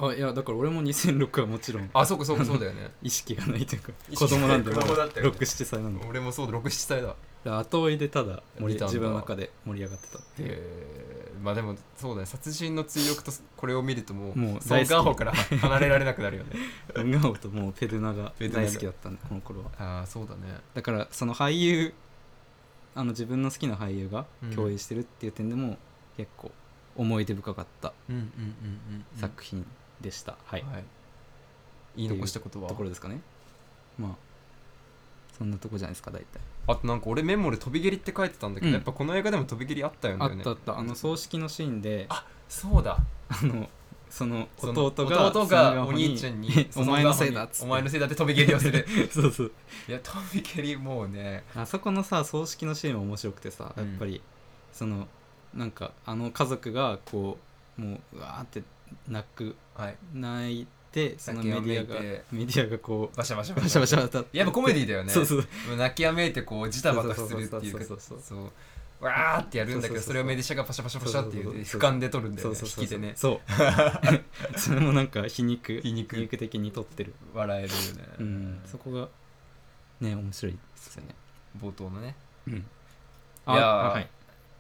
S2: あいやだから俺も2006はもちろん
S1: あそうかそうかそうだよ ね
S2: 意識がないというか
S1: 意識
S2: 子供なんだ
S1: 子供だったよね
S2: 67歳なんだ
S1: 俺もそうだ67歳だ
S2: 後追いでただ盛り
S1: 見たんだ
S2: 自分の中で盛り上がってたっていう
S1: えーまあでもそうだね殺人の追憶とこれを見るともう
S2: もう
S1: ソン・
S2: 大好き
S1: ガンホから離れられなくなるよ ね
S2: ソン・ガンホともうペルナが
S1: ペルナ
S2: 大
S1: が
S2: 好きだったんでこの頃は
S1: ああそうだね
S2: だからその俳優あの自分の好きな俳優が
S1: うん
S2: 共演してるっていう点でも結構思い出深かった
S1: うんうんうんうんうん
S2: 作品でした、はい
S1: はい言い残したことは
S2: ところですかねまあそんなとこじゃないですか大体
S1: あとなんか俺メモで飛び蹴りって書いてたんだけど、
S2: うん
S1: やっぱこの映画でも飛び蹴りあったよね
S2: あったあったあの葬式のシーンで
S1: あそうだ
S2: あのその
S1: その
S2: 弟が
S1: 弟
S2: ソンガ
S1: が
S2: ンホ
S1: お兄ちゃんに
S2: お前のせいだっつっ
S1: そ
S2: て
S1: のお前のせいだって飛び蹴りをする
S2: そうそう
S1: いや飛び蹴りもうね
S2: あそこのさ葬式のシーンは面白くてさ
S1: う
S2: や
S1: ん
S2: っぱり、そのなんかあの家族がこうもううわーって泣く
S1: はい
S2: 泣いてそのメディアが
S1: 泣きわめいて
S2: メディアがこう
S1: バシャバシャ
S2: バシャバシャ当たって
S1: やっぱコメデ
S2: ィ
S1: ィだよね
S2: そうそう
S1: 泣きやめいてこうジタバタするっていうか
S2: そうそうそうそう
S1: そうわーってやるん
S2: そうそうそ
S1: だけど
S2: うそう
S1: それをメディシャがパシャパシャパシャっていうね
S2: そうそうそうそう
S1: 俯瞰で撮るんだ
S2: そう
S1: よね
S2: そうそう
S1: 引きでね
S2: そう それもなんか皮肉
S1: 皮肉
S2: 的に撮ってる
S1: 笑える
S2: う
S1: よ
S2: ん
S1: ね
S2: そこがね面白いですよね
S1: 冒頭のね
S2: うん
S1: いやー
S2: あはい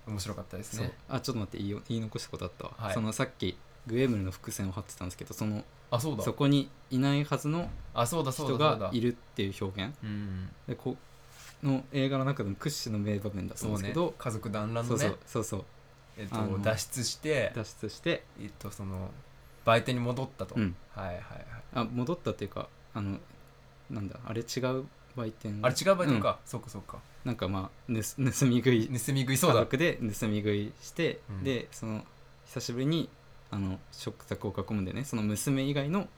S1: 面白かったです
S2: そう
S1: ね
S2: あちょっと待って言いよ言い残したことあったわ、
S1: はい
S2: そのさっきグエムルの伏線を張ってたんですけどその
S1: あそうだ
S2: そこにいないはずの
S1: あそうだそ
S2: 人
S1: うだそうだ
S2: がいるっていう表現
S1: うん
S2: でこの映画の中でも屈指の名場面だと
S1: そ
S2: 思うん
S1: う
S2: ですけ
S1: ね
S2: ど
S1: 家族団らん
S2: そ
S1: の
S2: う,、
S1: ね
S2: そうそう
S1: えっと
S2: あの
S1: 脱出して
S2: 脱出して、
S1: えっとその売店に戻ったとは
S2: う
S1: い
S2: ん、
S1: はいはい
S2: あ戻ったっていうかあのなんだあれ違う売店
S1: あれ違う売店かそうかそうか
S2: なんかまあぬす盗み食い
S1: 盗み食いそう
S2: 家
S1: だ
S2: 族で盗み食いして、
S1: うん
S2: でその久しぶりにあの食卓を囲むんでねその娘以外の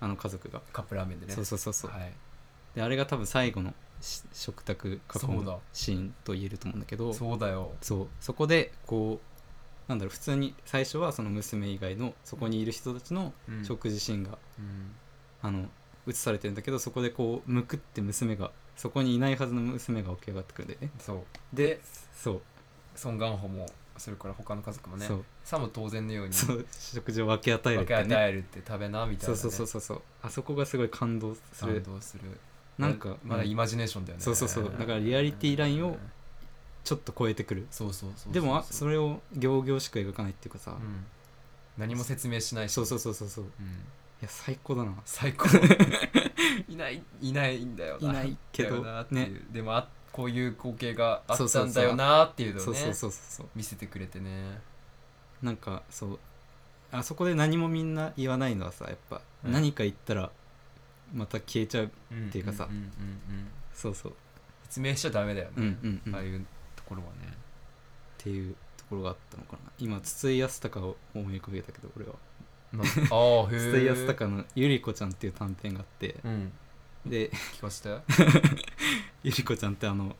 S2: あの家族が、
S1: カップラーメンでね
S2: そうそうそうそう、
S1: はい
S2: であれが多分最後のし食卓囲
S1: そう
S2: む
S1: だ
S2: シーンと言えると思うんだけどそう
S1: そうだよ
S2: そこでこうなんだろう普通に最初はその娘以外のそこにいる人たちの
S1: うん
S2: 食事シーンが、
S1: うん
S2: あの映されてるんだけどそこでこうむくって娘がそこにいないはずの娘が起き上がってくるんだよね
S1: そう
S2: でそう
S1: ソン・ガンホもそれから他の家族もね
S2: そう
S1: さも当然のように
S2: そう食事を分け与える
S1: 分
S2: って
S1: け
S2: いうね
S1: 与えるって食べなみたい
S2: そ
S1: な、
S2: う
S1: ね、
S2: そうそう
S1: そ
S2: そうそうあそこがすごい感動する
S1: 動する
S2: なんか
S1: まだ
S2: うん
S1: イマジネーションだよね、
S2: そうそうそうだからリアリティラインをちょっと超えてくる
S1: そうそうそうそう
S2: でもあそれを行々しく描かないっていうかさ、
S1: うん、何も説明しないし
S2: そうそうそうそうそうい
S1: うん、
S2: や最高だな
S1: 最高 いないいないんだよ
S2: い
S1: ない
S2: ないけど
S1: だよなっていう
S2: ね
S1: でもあこういう光景があ
S2: そう
S1: っ
S2: そ
S1: た
S2: うそう
S1: んだよなっていうのをね
S2: そうそうそうそう
S1: 見せてくれてね
S2: なんかそうあそこで何もみんな言わないのはさやっぱ、
S1: うん
S2: 何か言ったらまた消えちゃう
S1: って
S2: いうかさ
S1: んうんうんうん
S2: そうそう
S1: 説明しちゃダメだよね、
S2: うんうんうん
S1: ああいうところはね
S2: っていうところがあったのかな今筒井康隆を思い浮かべたけど俺は
S1: なああへえ
S2: 筒井康隆の「ゆり子ちゃん」っていう短編があって
S1: うん
S2: で
S1: 聞かせて
S2: ゆり子ちゃんってあの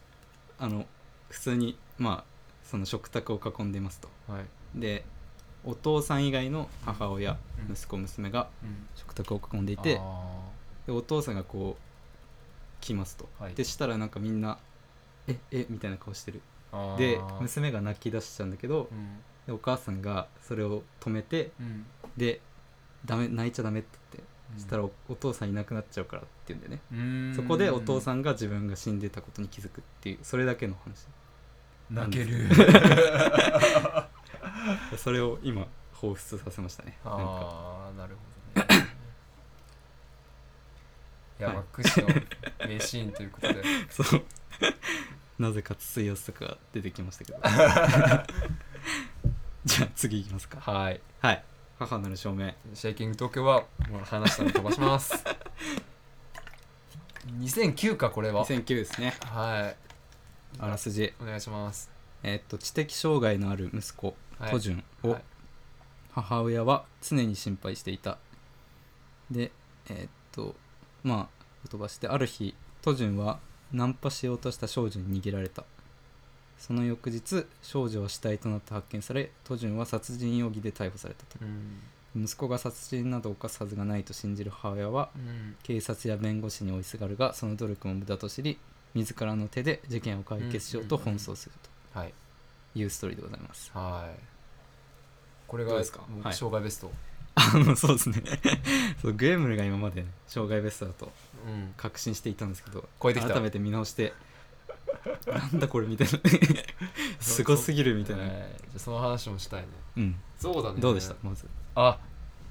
S2: あの普通にまあその食卓を囲んでますと
S1: はい、
S2: でお父さん以外の母親
S1: うん
S2: 息子娘が
S1: うん、
S2: 食卓を囲んでいて
S1: ああ
S2: でお父さんがこう来ますと、
S1: はい
S2: でしたらなんかみんな「ええみたいな顔してる
S1: ああ
S2: で娘が泣き出しちゃうんだけど
S1: うん
S2: でお母さんがそれを止めて
S1: うん
S2: でダメ泣いちゃダメって言って
S1: うん
S2: そしたらおお父さんいなくなっちゃうからって言うんでね
S1: うーん
S2: そこでお父さんが自分が死んでたことに気づくっていうそれだけの話
S1: 泣ける
S2: それを今彷彿させましたねなんか
S1: ああなるほどねいや、
S2: はい
S1: まあ屈指の名シーンということで
S2: そうなぜか筒井康隆が出てきました けど じゃあ次いきますか
S1: はい
S2: はい母なる証明
S1: シェイキング東京はもう話したの飛ばします 2009かこれは
S2: 2009ですね
S1: はい
S2: あらすじ
S1: お願いします
S2: えーっと知的障害のある息子
S1: はい
S2: トジュンを
S1: はい
S2: 母親は常に心配していたでえーっとまあ飛ばしてある日トジュンはナンパしようとした少女に逃げられたその翌日少女は死体となって発見されトジュンは殺人容疑で逮捕されたと
S1: うん
S2: 息子が殺人などを犯すはずがないと信じる母親は
S1: うん
S2: 警察や弁護士に追いすがるがその努力も無駄と知り自らの手で事件を解決しようと奔走する
S1: はい
S2: というストーリーでございます
S1: はいこれ
S2: どう
S1: が
S2: ですか
S1: もう
S2: はい
S1: 障害ベスト、
S2: あのそうですね そうグエムルが今までね障害ベストだと
S1: うん
S2: 確信していたんですけど
S1: 超えてきた
S2: 改めて見直して なんだこれみたいな すごすぎるみたいな、
S1: はいじゃあその話もしたいね
S2: うん
S1: そうだね
S2: どうでしたまず
S1: あ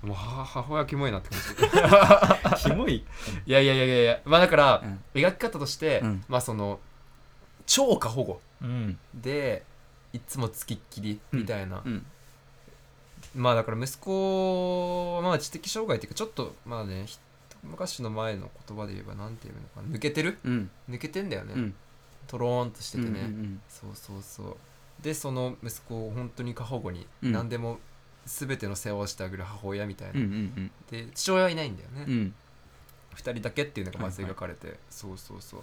S1: もう母母親キモいなって感じ
S2: キモい、
S1: いやいやいやいやいやまあだか ら
S2: う、ん
S1: 描き方として、
S2: うん
S1: まあその超過保護
S2: うん
S1: でいつもつきっきりみたいな、
S2: うん
S1: まあだから息子はまあ知的障害っていうかちょっとまあねひ昔の前の言葉で言えばなんて言うのかな抜けてる
S2: うん
S1: 抜けてんだよね、
S2: うん
S1: とろーんとしててね、
S2: うん
S1: そうそうそうでその息子を本当に過保護に
S2: うん
S1: 何でも全ての世話をしてあげる母親みたいな、
S2: うんうん
S1: で父親はいないんだよね、
S2: うんうん
S1: 2人だけっていうのがまず描かれて、そうそうそう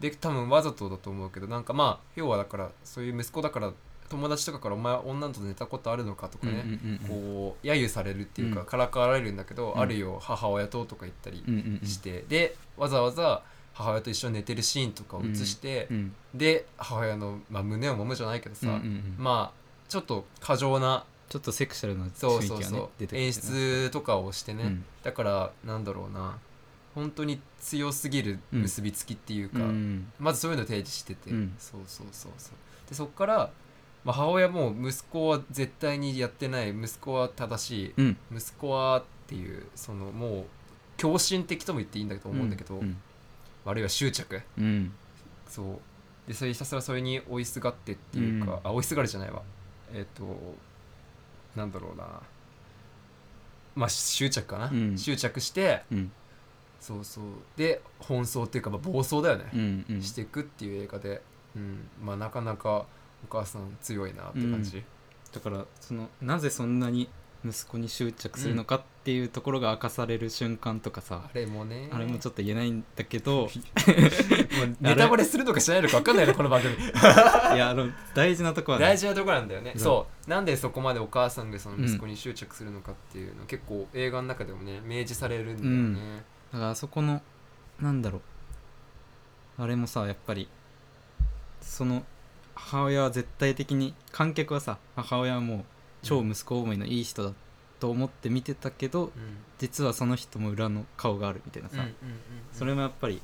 S1: で多分わざとだと思うけどなんかまあ要はだからそういう息子だから友達とかから「お前は女と寝たことあるのか?」とか
S2: うんうん
S1: ね、
S2: うんうん
S1: こう揶揄されるっていうか、
S2: うん
S1: からかわれるんだけど、
S2: うん
S1: あるよ母親ととか言ったり
S2: うんうんうん
S1: して、でわざわざ母親と一緒に寝てるシーンとかを映して、
S2: うん
S1: で母親の、まあ、胸を揉むじゃないけどさ、
S2: うんうんうん
S1: まあちょっと過剰な
S2: ちょっとセクシャルな雰
S1: そう
S2: 囲気
S1: そ
S2: が
S1: う
S2: ね
S1: そう、
S2: 出て
S1: 演
S2: きてね
S1: 出とかをしてね、
S2: うん
S1: だからなんだろうな本当に強すぎる結びつきっていうか、
S2: うん
S1: まずそういうのを提示してて、
S2: うん
S1: そうそうそうそうでそっから、まあ、母親も息子は絶対にやってない息子は正しい、
S2: うん
S1: 息子はっていうそのもう狂心的とも言っていいんだと思うんだけど、
S2: うん
S1: あるいは執着
S2: うん
S1: そうでそれひたすらそれに追いすがってっていうか、
S2: うん
S1: あ追いすがるじゃないわえっ、となんだろうなまあ執着かな、
S2: うん
S1: 執着して
S2: うん
S1: そうそうで奔走っていうか、まあ、暴走だよね、
S2: うんうん
S1: していくっていう映画で、うん、まあなかなかお母さん強いなって感じ、
S2: だからそのなぜそんなに息子に執着するのかっていうところが明かされる瞬間とか
S1: あ
S2: さ、
S1: れもね
S2: あれもち
S1: ょっ
S2: ょっと言えないんだけど
S1: とネタバレするのかしないのか分かんないのこの番組
S2: いやあの大事なとこはね
S1: 大事なとこなんだよね、
S2: うん
S1: そうなんでそこまでお母さんがその息子に執着するのかっていうの、結構映画の中でもね明示されるんだよね、
S2: だからあそこのなんだろうあれもさやっぱりその母親は絶対的に観客はさ母親はもう超息子思いのいい人だと思って見てたけど
S1: うん
S2: 実はその人も裏の顔があるみたいなさ、
S1: うんうんうん
S2: それもやっぱり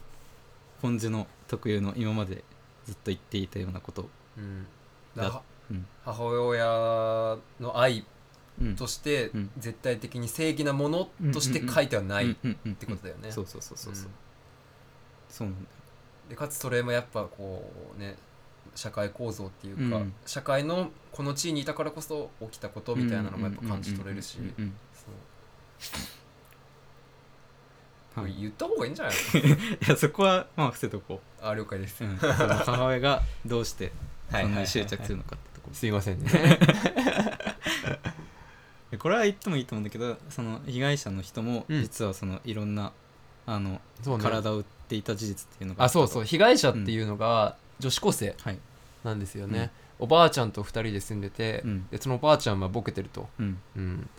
S2: ポンジュの特有の今までずっと言っていたようなこと、
S1: うん
S2: だ
S1: だ
S2: うん
S1: 母親の愛
S2: うん、
S1: として
S2: うん
S1: 絶対的に正義なものとして書いてはないっ
S2: って
S1: ことだよね、
S2: そうそうそうそうそう、
S1: うん
S2: そうなんだよ
S1: でかつそれもやっぱこうね社会構造っていうか、
S2: うん
S1: 社会のこの地位にいたからこそ起きたことみたいなのもやっぱ感じ取れるし
S2: うんうんうん
S1: そう
S2: うんはい、い
S1: 言った方がいいんじゃない
S2: やそこはまあ伏せとこ
S1: のあ了解です
S2: う、うん、その母親がどうして
S1: はい
S2: そ
S1: はい
S2: んな
S1: はいは
S2: に
S1: い
S2: 執着するのかってところ
S1: すいませんね
S2: でこれは言ってもいいと思うんだけどその被害者の人も
S1: うん
S2: 実はそのいろんな、あの
S1: そうね
S2: 体を売っていた事実っていうのが
S1: あそうそうう被害者っていうのが女子高生
S2: はい
S1: なんですよね、おばあちゃんと2人で住んでて、
S2: うん
S1: でそのおばあちゃんはボケてると、
S2: うん
S1: うん、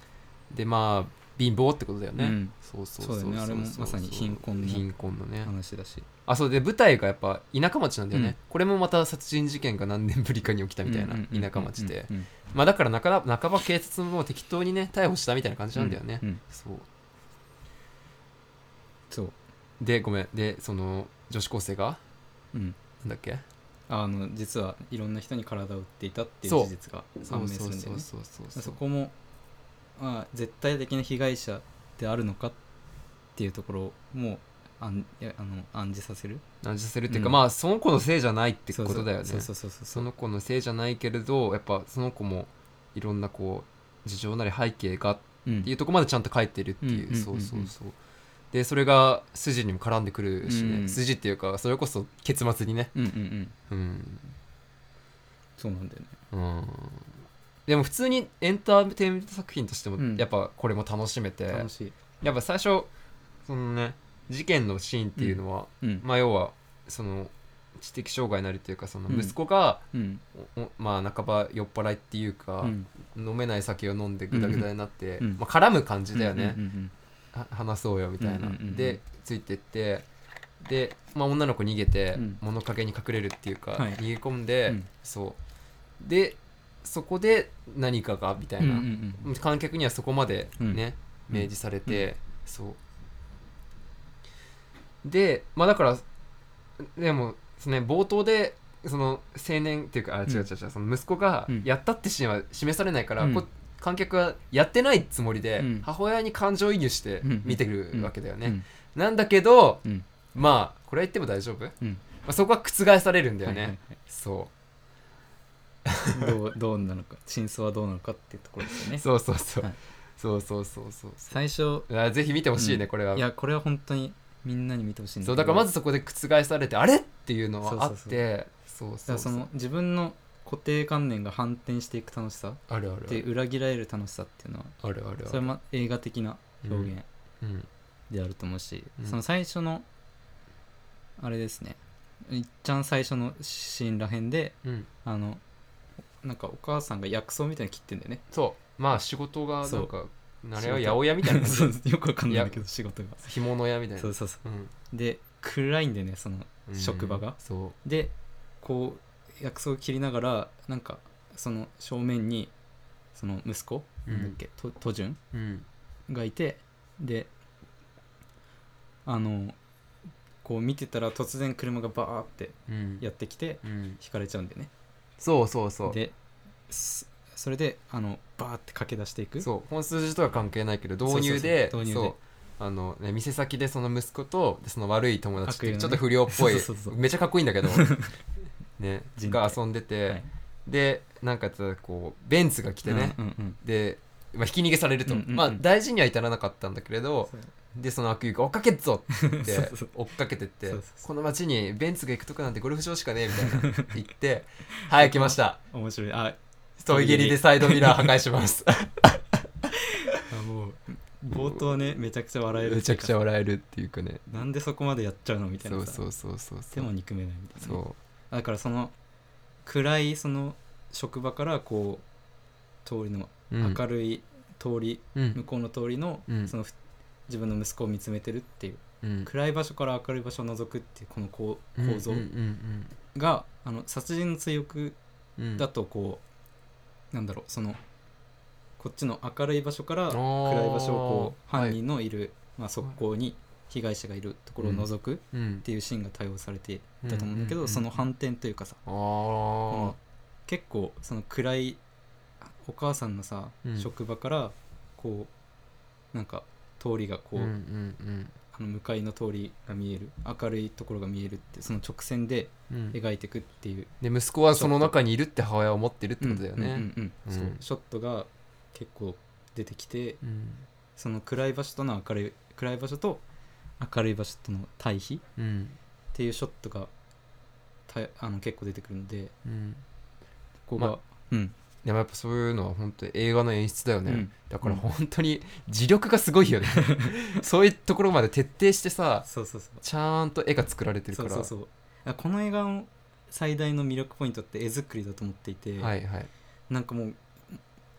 S1: でまあ貧乏ってことだよね、
S2: うん
S1: そうそう
S2: そうだよねあれもまさに貧困の
S1: 貧困のね、
S2: 話だし
S1: あそうで舞台がやっぱ田舎町なんだよね、
S2: うん
S1: これもまた殺人事件が何年ぶりかに起きたみたいな
S2: うんうんうんうん
S1: 田舎町で
S2: うんうん
S1: まあだから半ば半ば警察も適当にね逮捕したみたいな感じなんだよね、
S2: うんうん
S1: そう
S2: そう
S1: でごめんでその女子高生が
S2: うん
S1: なんだっけ
S2: あの実はいろんな人に体を売っていたっていう
S1: そう
S2: 事実が
S1: そ
S2: 判
S1: う
S2: 明
S1: そ
S2: す
S1: う
S2: るんだ
S1: そ
S2: よ
S1: う
S2: ね
S1: そうそう
S2: そこもあ絶対的な被害者であるのかっていうところもあんいやあの暗示させるっ
S1: 感じさせるっていうか、
S2: うん
S1: まあその子のせいじゃないってことだよね
S2: そうそうそうそう
S1: その子のせいじゃないけれどやっぱその子もいろんなこう事情なり背景がっ
S2: うん
S1: ていうところまでちゃんと書いてるっていう,、
S2: うん
S1: そうそう
S2: うんうん
S1: そうでそれが筋にも絡んでくるしね、
S2: うん
S1: 筋っていうかそれこそ結末にね
S2: うんうんうん
S1: うん、
S2: そうなんだよね
S1: うん、でも普通にエンターテインメント作品として
S2: う
S1: も
S2: ん
S1: やっぱこれも楽しめて、
S2: 楽しい
S1: やっぱ最初そのね事件のシーンっていうのは、
S2: うん
S1: まあ要はその知的障害なりというかその
S2: うん
S1: 息子が、
S2: うん
S1: おおまあ半ば酔っ払いっていうか、
S2: うん
S1: 飲めない酒を飲んでグダグダになって、
S2: うんうん
S1: まあ、絡む感じだよね、
S2: うんうん
S1: は話そうよみたいな、
S2: うんうんうんうん
S1: でついてってで、まあ、女の子逃げて、
S2: うん
S1: 物陰に隠れるっていうか、
S2: はい
S1: 逃げ込ん
S2: う
S1: で、
S2: んうん
S1: そうでそこで何かがみたい
S2: うんう
S1: な、
S2: ん
S1: 観客にはそこまでね、
S2: うん
S1: 明示されて、そうでまあだからでもそのね冒頭でその青年っていうかあ違う違う違う、その息子が
S2: うん
S1: やったってシーンは示されないから、
S2: うん
S1: こ観客はやってないつもりで、
S2: うん
S1: 母親に感情移入して
S2: うん
S1: 見てくるわけだよね、
S2: うん
S1: なんだけど
S2: うん
S1: まあこれは言っても大丈夫、ま
S2: うん
S1: あ、そこは覆されるんだよね、
S2: はいはい
S1: そ
S2: はいどう どうなのか真相はどうなのかっていうところですよ
S1: う
S2: ね
S1: そうそうそう、
S2: はい
S1: そうそうそうそうそ
S2: 最初
S1: うあぜひ見てほしいね、
S2: うん
S1: これはい
S2: やこれは本当にみんなに見てほしいん
S1: そう
S2: け
S1: だ
S2: ど
S1: からまずそこで覆されてあれっていうのはあってそう
S2: だか
S1: そ
S2: ら
S1: う
S2: そ
S1: そう
S2: の自分の固定観念が反転していく楽しさ
S1: あるある
S2: で裏切られる楽しさっていうのは
S1: あるある
S2: それは
S1: ある
S2: ま映画的な表現
S1: うん
S2: であると思うし、
S1: うん
S2: その最初のあれですねいっちゃん最初のシーンらへんで
S1: うん
S2: あのなんかお母さんが薬草みたいに切ってんだ よね
S1: そうまあ仕事が
S2: そ
S1: な
S2: うん
S1: かあ
S2: 仕
S1: れは
S2: 事
S1: 八百屋みたいな感じ
S2: そうよくわかんないんだけど仕事が
S1: 干物屋みたい
S2: そ
S1: な
S2: うそうそ
S1: うん
S2: うで暗いんだよねその
S1: うん
S2: 職場が
S1: そ
S2: でこう薬草を切りながらなんかその正面にその息子、
S1: うん
S2: なんだっけとトジュン
S1: ううん
S2: がいてであのこう見てたら突然車がバーって
S1: うん
S2: やってきて
S1: うん
S2: 引かれちゃうんだよね
S1: そうそうそう
S2: ですそれであのバーって駆け出していくう
S1: そう本数字とは関係ないけど導入で
S2: そうそうそう導入で
S1: そうあのね店先でその息子とでその悪い友達っていう
S2: 悪意のね
S1: ちょっと不良っぽい
S2: そうそうそうそう
S1: めちゃかっこいいんだ けどね
S2: 人体
S1: が遊んでて、
S2: はい
S1: でなんかさこうベンツが来てね、
S2: うんうん
S1: で、まあ、ひき逃げされると、
S2: うんうんうん
S1: まあ大事には至らなかったんだけれ
S2: うん
S1: ど
S2: そう
S1: でその悪友が追っかけっぞ っ
S2: そう
S1: て
S2: そうそう
S1: 追っかけてって
S2: そうそうそう
S1: この町にベンツが行くとこなんてゴルフ場しかねえみたい な言って「はい来ました
S2: 面白いあ
S1: トイゲリでサイドミラー破壊します」
S2: あもう冒頭ねめちゃくちゃ笑える
S1: めちゃくちゃ
S2: ゃ
S1: 笑えるっていうかね
S2: なんでそこまでやっちゃうのみたい
S1: そ
S2: な
S1: う
S2: さ
S1: そうそうそう
S2: で
S1: そ
S2: も
S1: う
S2: 憎めないみたいなね、
S1: そ
S2: だからその暗いその職場からこう通りの
S1: う、うん、
S2: 明るい通り、
S1: うん
S2: 向こうの通りの,、
S1: うん
S2: そのふ自分の息子を見つめてるっていう
S1: うん
S2: 暗い場所から明るい場所を覗くっていうこのこう
S1: うん
S2: 構造
S1: うんうん
S2: が、あの殺人の追憶
S1: うんうん
S2: だとこう、なんだろうそのこっちの明るい場所から
S1: あ
S2: 暗い
S1: ー
S2: 場所をこう
S1: はい
S2: 犯人のいる、まあ、側溝に被害者がいるところを覗くっ
S1: うん
S2: ていうシーンが対応されていたと思うんだけど、
S1: うんうんうん
S2: その反転というかさ
S1: あ
S2: こ
S1: ー
S2: の結構その暗いお母さんのさ、
S1: うん
S2: 職場からこうなんか通りがこう、
S1: うんうん
S2: あの向かいの通りが見える明るいところが見えるってその直線で
S1: うんうん
S2: 描いていくっていう,、
S1: で息子はその中にいるって母親を持ってるってことだよね、
S2: うんうんうんそう
S1: うん
S2: ショットが結構出てきて
S1: うん
S2: その暗い場所との明るい暗い場所と明るい場所との対比っ
S1: うん
S2: ていうショットがたあの結構出てくるので
S1: うん
S2: ここが、
S1: ま
S2: うん
S1: でもやっぱそういうのは本当に映画の演出だよね、
S2: うん
S1: だから本当に自力がすご いよねそういうところまで徹底してさ
S2: そうそうそう
S1: ちゃんと絵が作られてるか
S2: そう
S1: ら
S2: そうそうあこの映画の最大の魅力ポイントって絵作りだと思っていて、
S1: はいはい、
S2: なんかもう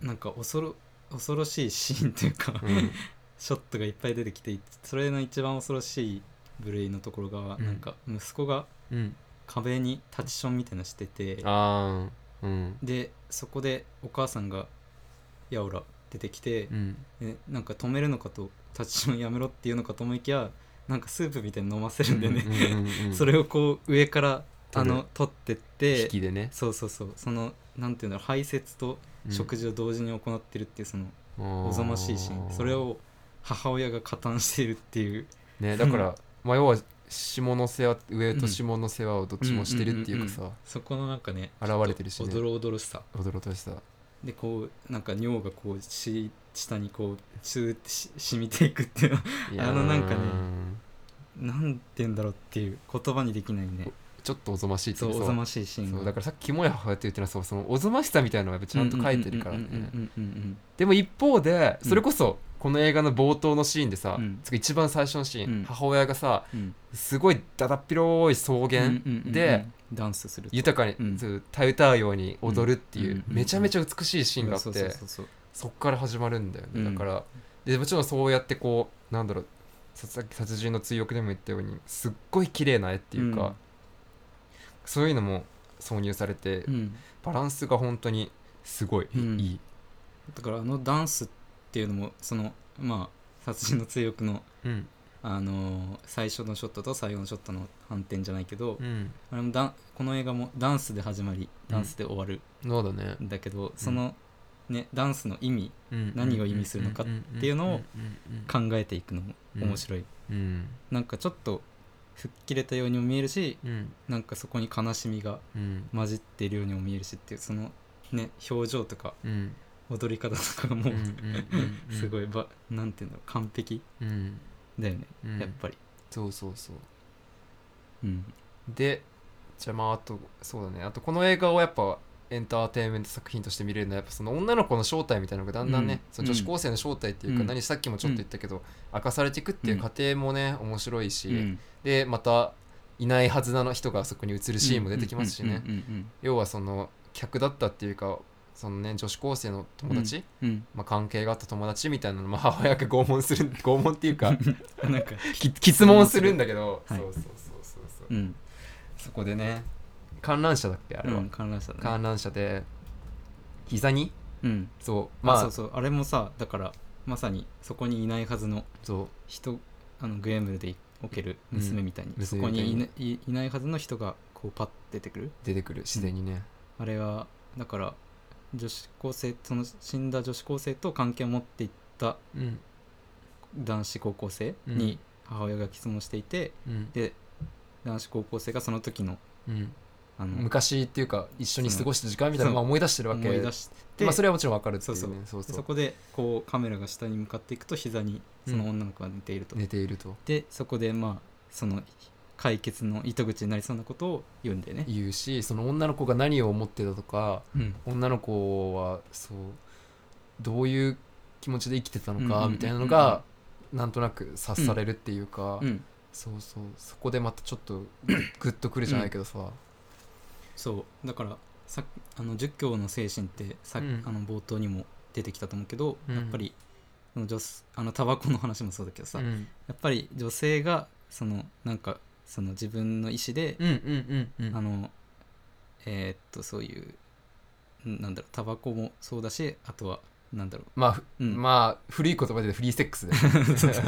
S2: なんか恐ろ恐ろしいシーンというか、
S1: うん、
S2: ショットがいっぱい出てきてそれの一番恐ろしい部類のところが、
S1: うん
S2: なんか息子が
S1: うん、
S2: 壁にタッチションみたいなのしてて
S1: ああうん
S2: でそこでお母さんが「やおら」出てきて
S1: う、ん
S2: でなんか止めるのかとタッチションやめろっていうのかと思いきやなんかスープみたいに飲ませるんでね、
S1: うんうんうんう ん
S2: それをこう上からあ
S1: 取る
S2: の取ってっ
S1: 引
S2: て
S1: きでね、
S2: そうそうそうそのなんていうんだろう排泄と食事を同時に行ってるっていうそのお
S1: お
S2: ぞましいシーンそれを母親が加担しているっていう
S1: ね だから、まあ、要は下の世話上と下の世話をどっちもしてるっていうかさ、
S2: んんんんそこのなんかね
S1: 現れてるしね
S2: ちょっとおどろおどろしさ
S1: 驚かした
S2: でこうなんか尿がこうし下にこうシューってし染みていくっていうの
S1: いやー
S2: あのなんかね なんて言うんだろうっていう言葉にできないね
S1: ちょっとおぞましいって
S2: そ
S1: いう
S2: うお
S1: か
S2: ぞ
S1: さ
S2: ましいシーン
S1: そう
S2: が
S1: だからさっき「キモい母親」って言ってのはそうそのおぞましさみたいなのがやっぱちゃんと書いてるから
S2: うんうん
S1: ね
S2: うんうん
S1: でも一方で
S2: うん
S1: それこそこの映画の冒頭のシーンでさ、
S2: うん
S1: つうか一番最初のシーン、
S2: うん
S1: 母親がさ
S2: うんうん
S1: すごいだだっ広い草
S2: うんう
S1: 原
S2: んうんうん
S1: で
S2: ダンスする
S1: 豊かに、
S2: うん
S1: そうたゆたうように踊るっていう、
S2: うんうん
S1: めちゃめちゃ美しいシーンがあって、
S2: そうそうそうそう
S1: そっから始まるんだよね、
S2: うん
S1: だからでもちろんそうやってこうなんだろうささっき殺人の追憶でも言ったようにすっごい綺麗な絵っていうか、
S2: うん
S1: そういうのも挿入されて、
S2: うん
S1: バランスが本当にすごい、
S2: うん
S1: いい、
S2: だからあのダンスっていうのもそのまあ殺人の追憶の
S1: うん
S2: あのー最初のショットと最後のショットの反転じゃないけど、
S1: うん、
S2: あれもダンこの映画もダンスで始まりダンスで終わる
S1: そうだね、
S2: んだけど、その、ね、ダンスの意味
S1: うん
S2: 何を意味するのかっていうのを考えていくのも
S1: うん
S2: 面白い、
S1: うん
S2: なんかちょっと吹っ切れたようにも見えるし
S1: うん
S2: なんかそこに悲しみが
S1: うん
S2: 混じっているようにも見えるしっていうそのね表情とか
S1: うん
S2: 踊り方とかがもう、
S1: うんうんうん
S2: すごいばなんていうんだろう完璧
S1: うん
S2: だよね、
S1: うん
S2: やっぱり、
S1: そうそうそう
S2: うん、
S1: でじゃあまああとそうだねあとこの映画をやっぱエンターテインメント作品として見れるのはやっぱその女の子の正体みたいなのがだんだんね、
S2: うん
S1: その女子高生の正体っていうか、
S2: うん
S1: 何さっきもちょっと言ったけど、明かされていくっていう過程もね面白いし、
S2: うん
S1: でまたいないはずなの人がそこに映るシーンも出てきますしね、
S2: うんうん
S1: 要はその客だったっていうかそのね女子高生の友達、
S2: うんうん
S1: まあ、関係があった友達みたいなのも母親が拷問 する拷問っていうか
S2: うんなんか、
S1: き 質問するんだけど、
S2: はい
S1: そうそうそうそうそう
S2: うん、
S1: そこでね観覧車だっ けあれは、
S2: うん、観覧車だね
S1: 観覧車で膝に
S2: うん
S1: そうま
S2: ま
S1: あ
S2: あ
S1: そ
S2: そう
S1: う
S2: そうあれもさだからまさにそこにいないはずの人あのグエムでおける娘みたいに、
S1: うん
S2: そこにい
S1: 娘み
S2: な,い、いないはずの人がこうパッて出てくる
S1: 出てくる自然にね、
S2: あれはだから女子高生その死んだ女子高生と関係を持っていった
S1: うん
S2: 男子高校生
S1: う
S2: に
S1: ん
S2: 母親が質問していて、
S1: うん
S2: で男子高校生がその時の
S1: うん、
S2: あの
S1: 昔っていうか一緒に過ごした時間みたいな
S2: そう
S1: のを思い出してるわけ
S2: 思い出して、
S1: まあ、それはもちろんわかるっていうね
S2: そう
S1: そう
S2: で
S1: そう
S2: そこでこうカメラが下に向かっていくと膝にその女の子が寝ていると、
S1: 寝ていると
S2: でそこでまあその解決の糸口になりそうなことを言うんだよね、
S1: 言うしその女の子が何を思ってたとか
S2: うん
S1: 女の子はそうどういう気持ちで生きてたの
S2: うんうんうん
S1: か
S2: うん
S1: みたいなのがなんとなく察されるっていうか、
S2: うん、
S1: そうそうそこでまたちょっとグッとくるじゃないけどさ、
S2: そうだからさあの儒教の精神ってさ、
S1: うん
S2: あの冒頭にも出てきたと思うけど、
S1: うん
S2: やっぱりその女すあのタバコの話もそうだけどさ、
S1: う
S2: や
S1: ん
S2: っぱり女性がそのなんかその自分の意思で、
S1: うんうんうんうん
S2: あのえーっとそういうなんだろうタバコもそうだしあとはなんだろ
S1: まあ、ふ
S2: う、うん、
S1: まあ古い言葉でフリーセックスで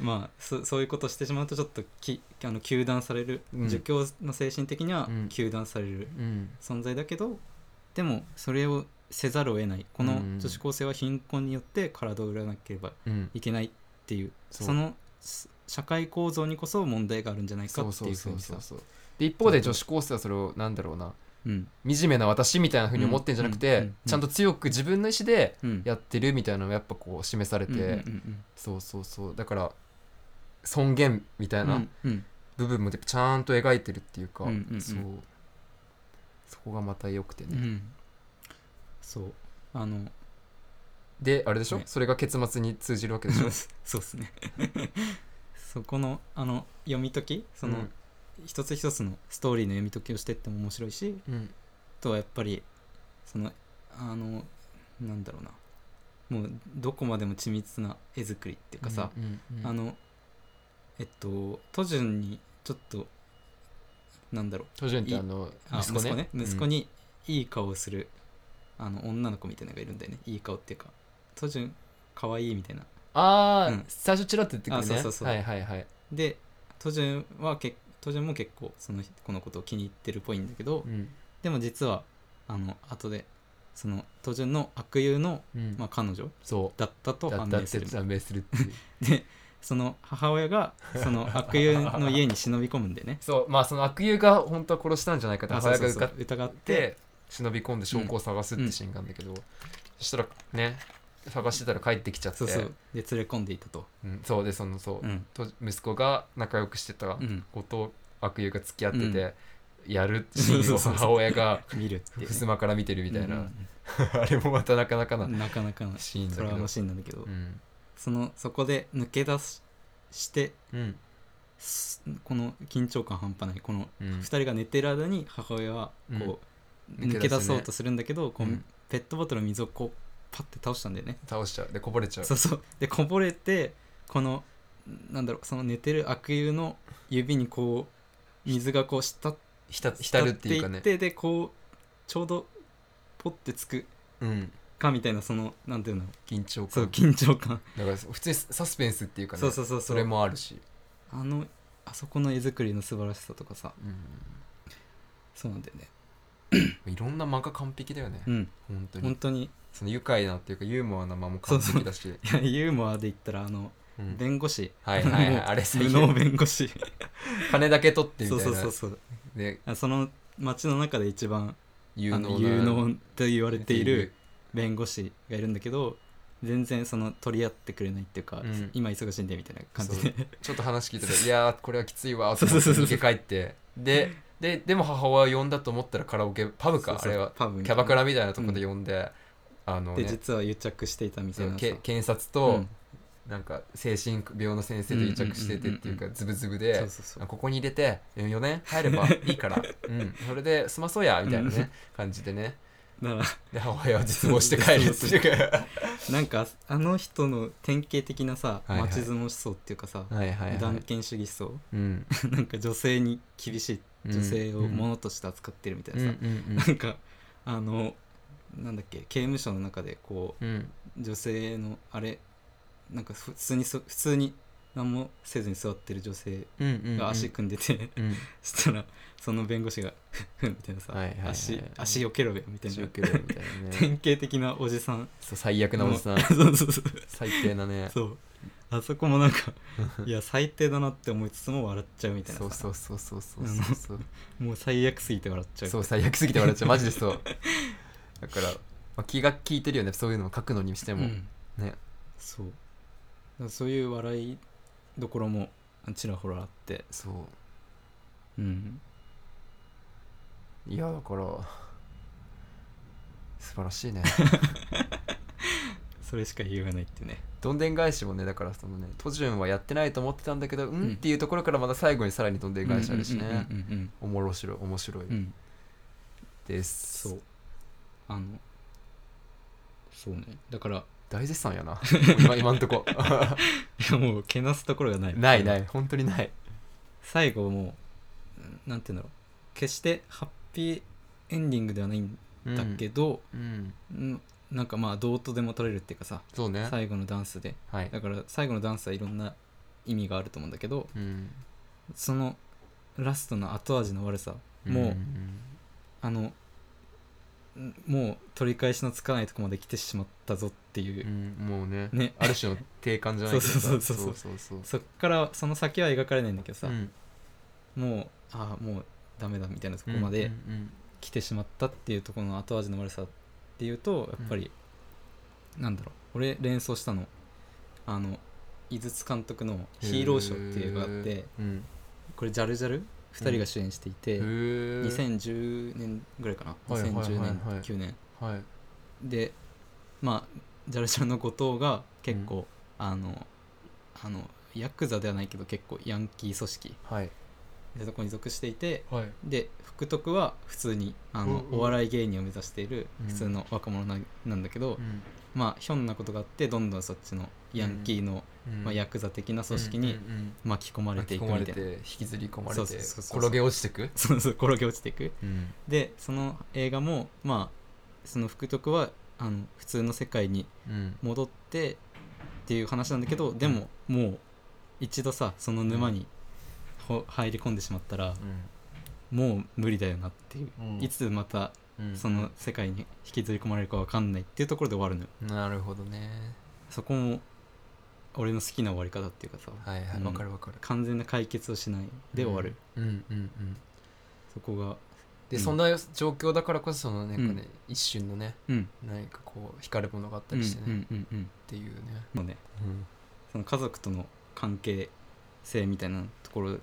S2: まあそそういうことをしてしまうとちょっときあの糾弾される
S1: うん
S2: 儒教の精神的には
S1: うん
S2: 糾弾される
S1: うん
S2: 存在だけどでもそれをせざるを得ないこ
S1: う
S2: の
S1: ん
S2: 女子高生は貧困によって体を売らなければ
S1: うん
S2: いけないっていう
S1: そう
S2: そのす社会構造にこそ問題があるんじゃないか
S1: そう
S2: って
S1: そ
S2: いううふ
S1: そうう
S2: にさ
S1: そうそうで一方で女子高生はそれをなんだろうな
S2: うん
S1: 惨めな私みたいなふうに思ってんじゃなくて、
S2: うんうんうん
S1: ちゃんと強く自分の意思で
S2: うん
S1: やってるみたいなのがやっぱこう示されて、
S2: うんうん
S1: そうそうそうだから尊厳みた
S2: う
S1: い
S2: んう
S1: なん
S2: うん
S1: 部分もやっぱちゃんと描いてるっていうか、
S2: うんうんうん
S1: そうそこがまた良くて
S2: う
S1: ね、
S2: んそうあ の
S1: であれでしょ、
S2: ね
S1: それが結末に通じるわけでし ょ
S2: そうですね そこのあの読み解きその、
S1: うん
S2: 一つ一つのストーリーの読み解きをしてっても面白いし
S1: うん
S2: あとはやっぱりそのあのなんだろうなもうどこまでも緻密な絵作りっていうかさ、
S1: うんうん
S2: あのえっと都順にちょっとなんだろう
S1: トジュンっ
S2: い
S1: てあの
S2: あ息
S1: 息
S2: 子
S1: 子ね
S2: ね息子
S1: うん
S2: にいい顔をする、あの女の子みたいなのがいるんだよねいい顔っていうか都順かわいいみたいな
S1: ああ、
S2: うん
S1: 最初チラッと言ってくるね
S2: あそうそうそう
S1: はいはいはい、
S2: で都順はけ都順も結構そのこのことを気に入ってるっぽいんだけど、
S1: うん
S2: でも実はあの後でその都順の悪友の、
S1: うん
S2: まあ、彼女
S1: そ
S2: だったと
S1: うだ
S2: 判
S1: だ
S2: 明
S1: っ
S2: す
S1: て
S2: る
S1: 判明するっていう
S2: でその母親がその悪友の家に忍び込むんでね
S1: そうまあその悪友が本当は殺したんじゃないかって
S2: あ
S1: 母
S2: そう
S1: 親
S2: そ
S1: が
S2: う
S1: 受
S2: そ
S1: かっ、
S2: う疑って
S1: 忍び込んで証拠を探すってシーンがあるんだけど、そしたらね探してたら帰ってきちゃって
S2: そうそうで連れ込んでいたと、
S1: うんそうでそのそ
S2: う
S1: う、
S2: ん
S1: と息子が仲良くしてた
S2: うん、
S1: 子と悪友が付き合って
S2: うん
S1: て、やるシーン
S2: そう
S1: を
S2: そうそう
S1: 母親が
S2: 見るって いうね、
S1: 襖から見てるみたいな、
S2: うん
S1: あれもまたなかなかな、
S2: うんなかなかの
S1: シーンだけ
S2: ト
S1: ど
S2: ラウマシーンなんだけど、
S1: うん
S2: そのそこで抜け出しして
S1: うん
S2: すこの緊張感半端ないこの
S1: うん
S2: 2人が寝てる間に母親はこう、抜け出そうとするんだけど、こう
S1: うん
S2: ペットボトルの水をこうパッて倒したんだよね、
S1: 倒しちゃうでこぼれちゃう
S2: そうそうでこぼれてこのなんだろうその寝てる悪友の指にこう水がこう滴っ
S1: 浸
S2: 浸
S1: 浸るっていうかね
S2: ってでこうちょうどポッてつく
S1: うん、
S2: かみたいなそのなんていうの
S1: 緊張感
S2: そう緊張感、
S1: だから普通にサスペンスっていうかね
S2: そうそうそうそう
S1: れもあるし、
S2: あのあそこの絵作りの素晴らしさとかさ
S1: う
S2: そうなんだよね
S1: ん、いろんな間が完璧だよね、
S2: うん
S1: 本当に
S2: 本当に
S1: その愉快なっていうかユーモアな間も完璧だし、
S2: いやユーモアで言ったらあの、
S1: うん
S2: 弁護士
S1: はいはいはい
S2: もう
S1: あれ最
S2: 無
S1: 悪
S2: 能弁護 士
S1: 金だけ取ってみた
S2: そ
S1: いうな
S2: そうそうそう
S1: で
S2: あその町の中で一番
S1: 有
S2: あ
S1: 能
S2: の
S1: な
S2: 有能と言われている弁護士がいるんだけど全然その取り合ってくれないっていうか、
S1: うん
S2: 今忙しいんでみたいな感じで
S1: ちょっと話聞いてたら「いやーこれはきついわ」
S2: そ
S1: と
S2: うそ
S1: 思
S2: う
S1: っ
S2: そ
S1: て
S2: うそう
S1: 逃げ帰ってでででも母親を呼んだと思ったらカラオケパブか
S2: そうそう
S1: あれは
S2: パブみ
S1: キ
S2: たい
S1: ャ
S2: な
S1: バクラみたいなとこで呼んで、あの、
S2: で
S1: ね、
S2: 実は癒着していたみた
S1: そ
S2: いうなさ
S1: け検察
S2: う
S1: と
S2: ん
S1: なんか精神病の先生と癒着しててっていう
S2: うんうんうんうんう
S1: か
S2: ん
S1: ズブズブ
S2: そ
S1: で
S2: うそうそう
S1: ここに入れて4年入ればいいからうんそれで済まそうやみたいな
S2: うん
S1: ね感じでね
S2: だから
S1: で母親は絶望して帰るっていうか
S2: なんかあの人の典型的なさ
S1: はいはい
S2: 町相撲思想っていうかさ、
S1: はいはいは
S2: 断
S1: い
S2: 権主義思想
S1: うん
S2: なんか女性に厳しい女性をものとして扱ってるみたい
S1: うん
S2: な
S1: う
S2: さ、な
S1: ん
S2: んかあのなんだっけ刑務所の中でこ
S1: うんうん
S2: う女性のあれなんか普通にそ普通に何もせずに座ってる女性
S1: うんうんうん
S2: が足組んでて、
S1: うん
S2: したらその弁護士が「ふっふん」みたいなさ
S1: はいはいはいはい
S2: 足足よけろよ」みたい
S1: 足
S2: な
S1: を受けるみたいな
S2: 典
S1: ね
S2: 型的なおじさん
S1: そう最悪なおじさん
S2: のそうそうそう
S1: 最低なね
S2: そうあそこもなん かいや最低だなって思いつつも笑っちゃうみたいなさ
S1: そうそうそうそうそうそうそう
S2: もう最悪すぎて笑っちゃう
S1: そう最悪すぎて笑っちゃうマジでそうだから、まあ、気が利いてるよねそういうのを書くのにして
S2: う
S1: も、
S2: ん
S1: ね
S2: そうだからそういう笑いどころもちらほらあって
S1: そ
S2: うん
S1: ういやだから素晴らしいね
S2: それしか言いようがないっていうね
S1: どんでん返しもねだからそのね途順はやってないと思ってたんだけどうん、
S2: うん
S1: っていうところからまた最後にさらにどんでん返しあるしね、
S2: うんうんうん
S1: おもろしろ面白い
S2: うんうん
S1: です、
S2: そうあのそうねだから
S1: 大絶賛やな 今今んとこ
S2: いやもうけなすところがない
S1: ないない本当にない
S2: 最後もううんなんていうんだろう決してハッピーエンディングではないんだけど、
S1: うん、うん
S2: うんなんかまあどうとでも取れるっていうかさ
S1: そうね
S2: 最後のダンスで
S1: はい、
S2: だから最後のダンスはいろんな意味があると思うんだけど
S1: うん、
S2: そのラストの後味の悪さもう、
S1: ん
S2: あのんもう取り返しのつかないとこまで来てしまったぞっていうう、
S1: ん、もうね
S2: ね
S1: ある種の定感じゃないけどさ
S2: そうそうそう
S1: そうそう
S2: そっからその先は描かれないんだけどさ、
S1: うん
S2: もうああもうダメだみたいなとこま
S1: う
S2: で
S1: んうん
S2: 来てしまったっていうところの後味の悪さっていうとやっぱり、なんだろう俺連想したのあの井筒監督の「ヒーローショー」っていう映画があって
S1: うん
S2: これジャルジャル2人が主演していて、
S1: へー
S2: 2010年ぐらいかな
S1: はいはいはいはい
S2: 2010年9年
S1: はい
S2: でまあジャルジャルの後藤が結構、あのあのヤクザではないけど結構ヤンキー組織
S1: はい
S2: でそこに属していて
S1: はい
S2: で福徳は普通にあの、
S1: うんうん
S2: お笑い芸人を目指している普通の若者ななんだけど、
S1: うん
S2: まあひょんなことがあってどんどんそっちのヤンキーの、
S1: うん
S2: まあ、ヤクザ的な組織に
S1: うんうんうん
S2: 巻き込まれていくみたいな、
S1: 巻き込まれて引きずり込ま
S2: そ
S1: れ
S2: う
S1: て
S2: そうそうそう
S1: 転げ落ちてく
S2: そうそう転げ落ちていく
S1: うん
S2: でその映画もまあその福徳はあの普通の世界に
S1: うん
S2: 戻ってっていう話なんだけどでももう一度さその沼にほ入り込んでしまったらもう無理だよなっていう、
S1: うん
S2: いつまた
S1: うん
S2: その世界に引きずり込まれるかわかんないっていうところで終わるのよ
S1: なるほどね
S2: そこも俺の好きな終わり方っていうかさ
S1: はいは
S2: う
S1: い
S2: ん
S1: わかるわかる
S2: 完全な解決をしないで終わる、
S1: うんうんうん
S2: そこが
S1: で
S2: うん
S1: そんな状況だからこそそのなんか
S2: う
S1: ね一瞬のね
S2: うん
S1: 何かこう光るものがあった
S2: うん
S1: りして
S2: う
S1: ねっ
S2: んうんうん
S1: ていうね
S2: のね
S1: うん
S2: その家族との関係性みたいなところ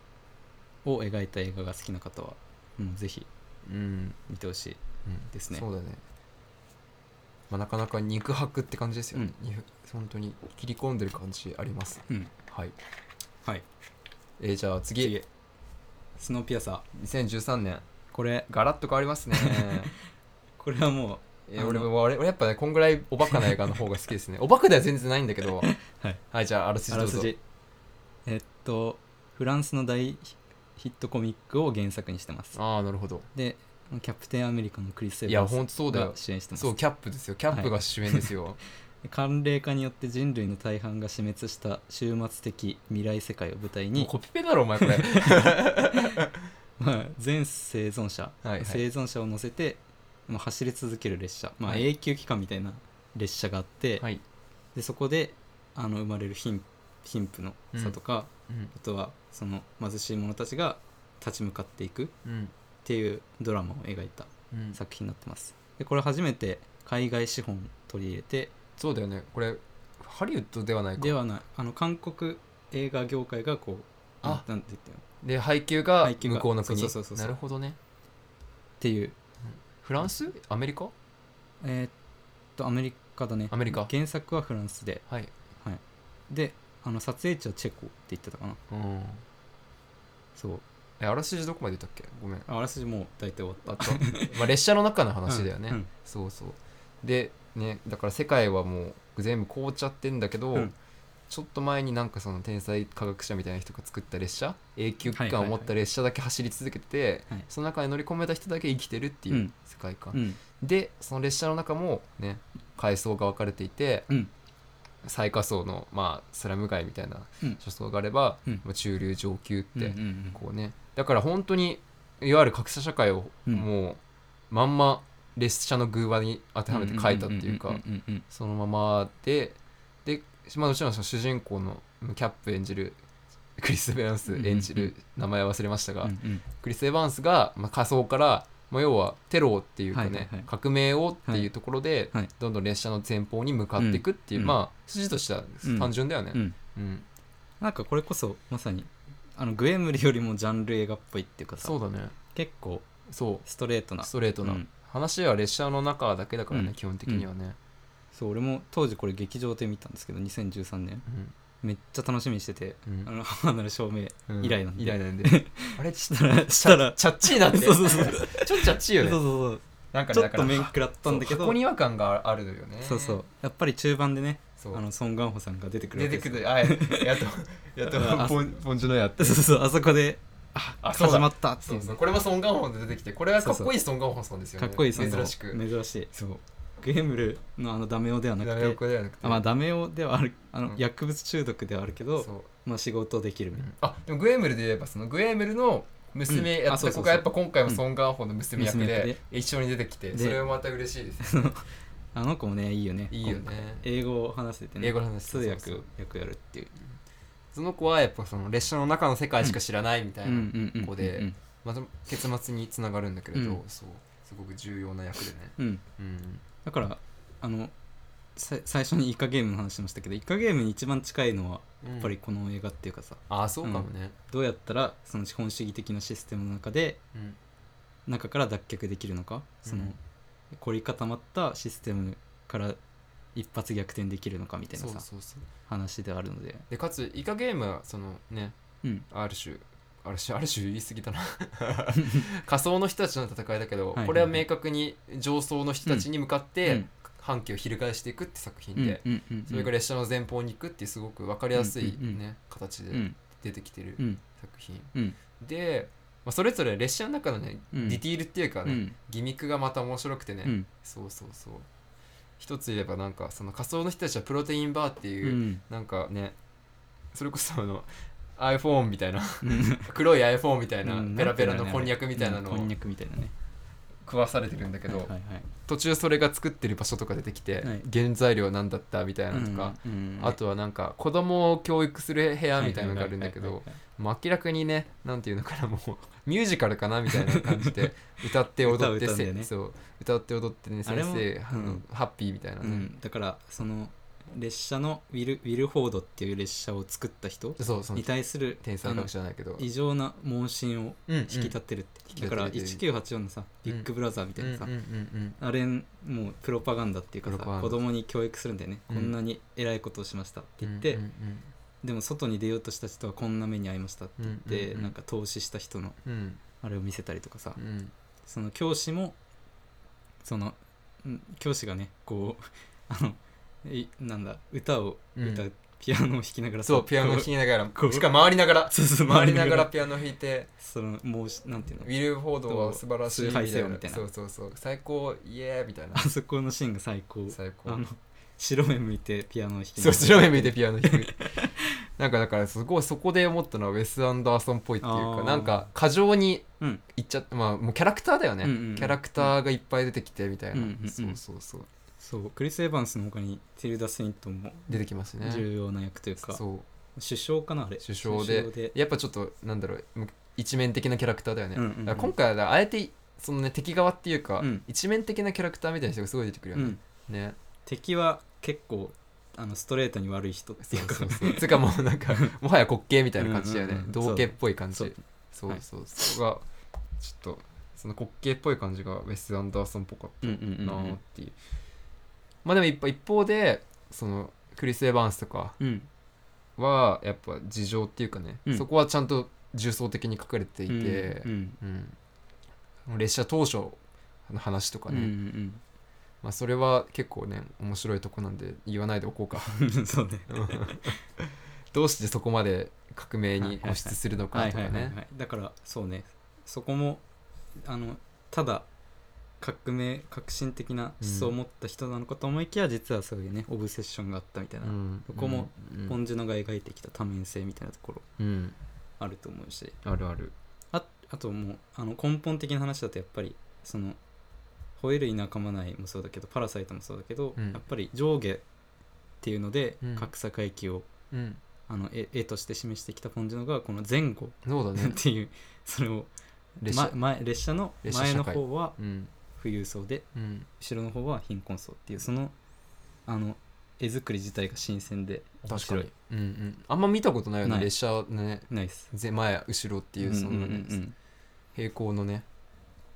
S2: を描いた映画が好きな方は、うん、ぜひ
S1: うん
S2: 見てほしいですね
S1: そうだね、まあ、なかなか肉薄って感じですよね、
S2: う
S1: 肉本当に切り込んでる感じあります
S2: うん
S1: はい、
S2: はい
S1: えーじゃあ次
S2: 次スノーピアサー
S1: 2013年
S2: これ
S1: ガラッと変わります ね
S2: これはも
S1: えー
S2: あの
S1: 俺も俺俺やっぱねこんぐらいおバカな映画の方が好きですねおバカでは全然ないんだけど
S2: はい、
S1: じゃああらす
S2: う
S1: じ
S2: あ
S1: どう
S2: ら
S1: ぞ
S2: すじえっとフランスの大ヒットコミックを原作にしてます
S1: ああなるほど
S2: でキャプテンアメリカのクリス・エ
S1: い
S2: ヴ
S1: や
S2: ァンス
S1: ほんとそうだ
S2: が
S1: よ
S2: 主演してます
S1: そうキャップですよキャップが主演ですよ、
S2: 寒冷化によって人類の大半が死滅した終末的未来世界を舞台
S1: もう
S2: に、
S1: コピペだろ お前これ
S2: まあ、全生存者、
S1: はいはい
S2: 生存者を乗せて、まあ、走り続ける列車、まあ、
S1: はい
S2: 永久期間みたいな列車があって、
S1: はい、
S2: でそこであの生まれる貧貧富の差とか、
S1: うん
S2: あとはその貧しい者たちが立ち向かっていくっ
S1: うん
S2: ていうドラマを描いた
S1: うん、
S2: 作品になってますでこれ初めて海外資本取り入れて
S1: そうだよねこれハリウッドではないか
S2: ではないあの韓国映画業界がこう
S1: あ
S2: なんて言ったのっ
S1: で配給が
S2: 配給が
S1: 向こうの国
S2: そうそうそうそう
S1: なるほどね
S2: ていう
S1: フランスアメリカ
S2: えーっとアメリカだね
S1: アメリカ
S2: 原作はフランスで、
S1: はい、
S2: はい、であの撮影地はチェコって言ってたかな
S1: うん、
S2: そう
S1: えあらすじどこまで言ったっけごめん
S2: ああらすじもう大体終わった
S1: あとまあ列車の中の話だよね、
S2: うんうん
S1: そうそうでねだから世界はもう全部凍っちゃってんだけど、
S2: うん
S1: ちょっと前になんかその天才科学者みたいな人が作った列車永久期
S2: はいはい
S1: 間
S2: は
S1: を
S2: い
S1: 持った列車だけ走り続けて、
S2: はい
S1: その中に乗り込めた人だけ生きてるっていううん世界観、
S2: うん
S1: でその列車の中もね階層が分かれていて、
S2: うん
S1: 最下層の、まあ、スラム街みたいな
S2: うん
S1: 所層があれば、
S2: うん
S1: まあ中流上級っ
S2: うんう
S1: て、
S2: ん
S1: こうねだから本当にいわゆる格差社会を
S2: うん
S1: もうまんま列車の偶話に当てはめて書いたっていうか
S2: んんうんうん
S1: そのままでで、まあ、もちろんその主人公のキャップ演じるクリス・エヴァンス演じ
S2: うんう
S1: る名前忘れましたが、
S2: うんうんうん
S1: クリス・エヴァンスが、まあ、仮想から、まあ、要はテロっていうかね、
S2: はいはいはい
S1: 革命をっていうところで、
S2: はい
S1: どんどん列車の前方に向かっていくっていう、
S2: うん
S1: まあ筋としては単純だよね。
S2: うん
S1: うん
S2: なんかこれこそまさにあのグエムリよりもジャンル映画っぽいっていうかさ
S1: そうだね
S2: 結構
S1: そう
S2: ストレートな
S1: ストレートな、
S2: うん
S1: 話は列車の中だけだからね、
S2: うん
S1: 基本的にはね、
S2: そう俺も当時これ劇場で見たんですけど2013年めっちゃ楽しみにしてて、
S1: うん
S2: あの母なる照明
S1: うん
S2: 以来なんで
S1: 以来なん であれち
S2: したらしたら
S1: チャッチーなって
S2: そうそうそう
S1: ちょっとチャッチーよ
S2: そうそ
S1: ね
S2: うそう
S1: なんか
S2: ち
S1: ね
S2: ょ
S1: だ
S2: っ
S1: から
S2: と面食らったんだけ
S1: そう
S2: ど
S1: 箱庭感があるよね
S2: そうそうやっぱり中盤でね
S1: そう
S2: あのソン・ガンホさんが出てくる
S1: 出
S2: わけ
S1: て
S2: です
S1: く
S2: よ
S1: るあやっとやっと
S2: あ
S1: ポンポンジュのやって
S2: そうそうあそこであ
S1: あそうだ
S2: 始まったって
S1: そ
S2: いうう
S1: そうこれもソン・ガンホンで出てきてこれはかっこいいソン・ガンホンさんですよ
S2: か
S1: ね
S2: っこいいその
S1: 珍しく
S2: 珍しい
S1: そう
S2: グエムルのあのダメ男ではな
S1: ダ
S2: く
S1: メ
S2: て
S1: 横ではなくて
S2: あまあダメ男ではあるあの、
S1: うん
S2: 薬物中毒ではあるけど
S1: そう
S2: まあ仕事できるみたいな、
S1: あでもグエムルで言えばそのグエムルの娘
S2: うん
S1: や
S2: あ
S1: っ
S2: そうそう
S1: た子
S2: そう
S1: がやっぱ今回もソン・ガンホンの娘役
S2: うん娘
S1: で
S2: 役
S1: 一緒に出てきて
S2: で
S1: それはまた嬉しいです
S2: その あの子もねいいよね
S1: いいよ
S2: こう
S1: ね
S2: 英語を話せてね
S1: 英語の話
S2: 通訳を役やるっていう
S1: その子はやっぱその列車の中の世界しか知らないみたいな、
S2: うんうん
S1: 子で
S2: うん
S1: また結末につながるんだけれど、
S2: うん
S1: そうすごく重要な役でね、
S2: うん、うん
S1: うん、
S2: だからあのさ最初にイカゲームの話しましたけどイカゲームに一番近いのはやっぱりこの映画っていうかさ、
S1: ああそうかもね、
S2: どうやったらその資本主義的なシステムの中で
S1: うん
S2: 中から脱却できるのかその、
S1: うん
S2: 凝り固まったシステムから一発逆転できるのかみたい
S1: そ
S2: な
S1: う
S2: さ
S1: そうそう
S2: 話であるので
S1: でかつイカゲームはそのね
S2: うん
S1: ある種ある種ある種言い過ぎ たな 仮想の人たちの戦いだけど、
S2: はいはいはい
S1: これは明確に上層の人たちに向かっ
S2: う
S1: て
S2: ん
S1: 反旗を翻していくって作
S2: う
S1: 品
S2: ん
S1: で、
S2: うんうんうん
S1: それが列車の前方に行くっていうすごく分かりやすい、ね
S2: うんうんう
S1: 形
S2: う
S1: で
S2: ん
S1: 出てきてる
S2: うん
S1: 作品、
S2: うん
S1: で、まあ、それぞれ列車の中のね、
S2: うん
S1: ディティールっていうか
S2: う
S1: ね、
S2: ん
S1: ギミックがまた面白くてね、
S2: うん
S1: そうそうそう一つ言えばなんかその仮想の人たちはプロテインバーっていう、
S2: うん
S1: なんかねそれこそあの iPhone みたいな
S2: うん
S1: 黒い iPhone みたいな、
S2: うん
S1: ペラペラの
S2: なんていうね
S1: こんにゃくみたいなの
S2: うんこん
S1: を
S2: にゃくみたいなね
S1: 食わされてるんだけど、
S2: はいはいはい
S1: 途中それが作ってる場所とか出てきて、
S2: はい
S1: 原材料なんだったみたいなのとか、
S2: うんうんうん
S1: あとはなんか子供を教育する部屋みたいなのがあるんだけ
S2: はいはい
S1: ど
S2: はいはい
S1: もう明らかにねなんていうのかなもうミュージカルかなみたいな感 じで歌って
S2: 歌を
S1: 踊って
S2: 歌うんだよね
S1: せそう歌って踊ってね
S2: あ
S1: 先
S2: れも
S1: 生あの
S2: うん
S1: ハッピーみたいな
S2: う
S1: ね、
S2: んだからその列車のウィルウィルフォードっていう列車を作った人
S1: そうその
S2: に対する
S1: 天才かもしれないけど
S2: あの異常な問診を
S1: うんうん
S2: 引き立てるって、
S1: うん
S2: だから
S1: 引き立
S2: 1984のさビッグブラザーみたいなさ、
S1: うんうんうん
S2: あれもうプロパガンダっていうかさ
S1: プロパガンダ
S2: 子供に教育するんだよね、
S1: うん
S2: こんなに偉いことをしましたって
S1: う
S2: 言
S1: ん
S2: って、
S1: うん
S2: でも外に出ようとした人はこんな目に遭いましたって
S1: うんうんうん
S2: 言って、なんか投資した人の
S1: うん
S2: あれを見せたりとかさ、
S1: うん
S2: その教師もそのん教師がねこう あのいなんだ歌を歌う、
S1: う
S2: ピアノを弾きながらさ
S1: そうピアノを弾
S2: こう
S1: きなが
S2: こ
S1: ら
S2: う
S1: しかも回りながら
S2: そうそう
S1: 回りな がらピアノ弾いて
S2: そのもうしなんていうの
S1: ウィル・フォードは素晴らしいみたい
S2: 崇拝せよ
S1: な
S2: みたいな
S1: そうそうそう最高イエーみたいな
S2: あそこのシーンが最高
S1: 最高
S2: あの白目向いてピアノを弾き
S1: そう白目向いてピアノ弾くなんかだからすごいそこで思ったのはウェス・アンダーソンっぽいっていう
S2: あ
S1: か
S2: ー
S1: なんか過剰に
S2: うん
S1: いっちゃってまあもうキャラクターだよね、
S2: うんうんうん
S1: キャラクターがいっぱい出てきてみたい
S2: う
S1: な、
S2: んうんうん
S1: そうそうそう
S2: そうクリス・エヴァンスの他にティルダ・セイントンも
S1: 出てきますね
S2: 重要な役というか、
S1: そう
S2: 首相かなあれ
S1: 首相でやっぱちょっとなんだろうむ一面的なキャラクターだよね、
S2: うんうんうん
S1: だから今回はだからあえてそのね敵側っていうか、
S2: うん
S1: 一面的なキャラクターみたいな人がすごい出てくるよ
S2: う
S1: ね,、
S2: ん、
S1: ね
S2: 敵は結構あのストレートに悪い人って
S1: そ
S2: いううか
S1: そうそうつうかもうなんかもはや滑稽みたいな感じだよね、
S2: うんうんうん
S1: 道化っぽい感じ
S2: そ
S1: そううそう
S2: はい
S1: そうそこがちょっとその滑稽っぽい感じがウェス・アンダーソンっぽかった
S2: う
S1: なん
S2: うんうんうん
S1: ーっていう、まあでも一方一方でそのクリス・エヴァンスとか
S2: うん
S1: はやっぱ事情っていうかね、
S2: うん
S1: そこはちゃんと重層的に書かれていて、
S2: うんうん
S1: うん、列車当初の話とかね、
S2: うん
S1: まあ、それは結構ね面白いとこなんで言わないでおこうか
S2: うんうん そうね
S1: どうしてそこまで革命に固執するの
S2: は
S1: か
S2: い
S1: と
S2: はい
S1: か
S2: はい、は
S1: ね
S2: い、だからそうねそこもあのただ革命革新的な思想を持った人なのかと思いきや、実はそういうねオブセッションがあったみたいな、
S1: うん
S2: そこも
S1: うん
S2: ポン・ジュノが描いてきた多面性みたいなところ
S1: うん
S2: あると思うし
S1: あるある
S2: ああともうあの根本的な話だとやっぱりその「吠える田舎まない」もそうだけど「パラサイト」もそうだけど、
S1: うん
S2: やっぱり上下っていうので
S1: うん
S2: 格差回帰を、
S1: うん
S2: あの絵絵として示してきたポン・ジュノがこの前後
S1: そうだ
S2: っ
S1: ね
S2: ていう、それを
S1: 列車、
S2: ま前列車の
S1: 列車
S2: 前
S1: 社
S2: の
S1: 会
S2: 方は
S1: うん
S2: 富裕層で
S1: うん
S2: 後ろの方は貧困層っていうそのあの絵作り自体が新鮮で面
S1: 確か
S2: 白
S1: に
S2: い、
S1: うんうん、あんま見たことないよね
S2: ない
S1: 列車のね
S2: ナイス
S1: ぜ前後ろっていうそんなね、
S2: うんうんうん
S1: 平行のね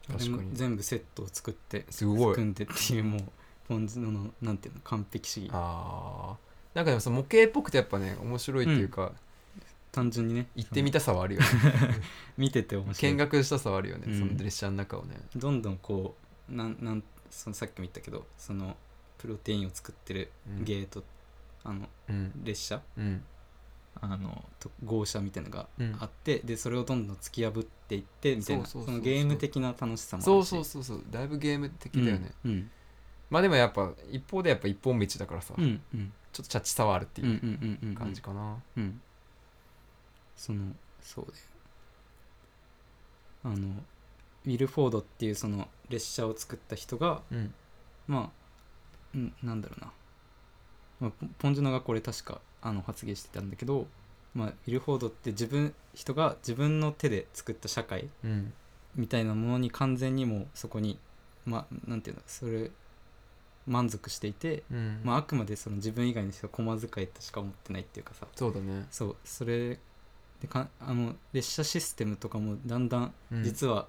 S2: うん
S1: 確か
S2: あれも
S1: に
S2: 全部セットを作って
S1: すごい
S2: 組んでっていうもうポン酢ののなんていうの完璧主義
S1: あーなんかでもその模型っぽくてやっぱね面白いっていうか、
S2: 単純にね
S1: 行ってみ
S2: た
S1: たさはあるよね
S2: 見てて面白い
S1: 見学したさはあるよね、
S2: うん
S1: その列車の中をね
S2: どんどんこうなんなんそのさっきも言ったけどそのプロテインを作ってる
S1: うん
S2: ゲート、あの
S1: うん
S2: 列車
S1: うん
S2: あのと号車みたいなのが
S1: うん
S2: あって、でそれをどんどん突き破っていってみたいな
S1: そ
S2: そう
S1: そうそうそう
S2: のゲーム的な楽しさもあるし
S1: そうそうそうそうだいぶゲーム的だよね、
S2: うんうん
S1: まあでもやっぱ一方でやっぱ一本道だからさ、
S2: う
S1: ちょ
S2: んうん
S1: っとチャッチさはあるって
S2: うんう
S1: いうん
S2: うんうん
S1: う感じかな、
S2: うんそのそうであのウィル・フォードっていうその列車を作った人が
S1: うん
S2: まあうんなんだろうな、まあポ、ポンジュノがこれ確かあの発言してたんだけど、まあ、ウィル・フォードって自分人が自分の手で作った社会
S1: うん
S2: みたいなものに完全にもうそこにまあなんていうのそれ満足していて、
S1: うん
S2: まあ、あくまでその自分以外の人は駒遣いとしか思ってないっていうかさ
S1: そうだね、
S2: そうそれでかあの列車システムとかもだんだん
S1: うん
S2: 実は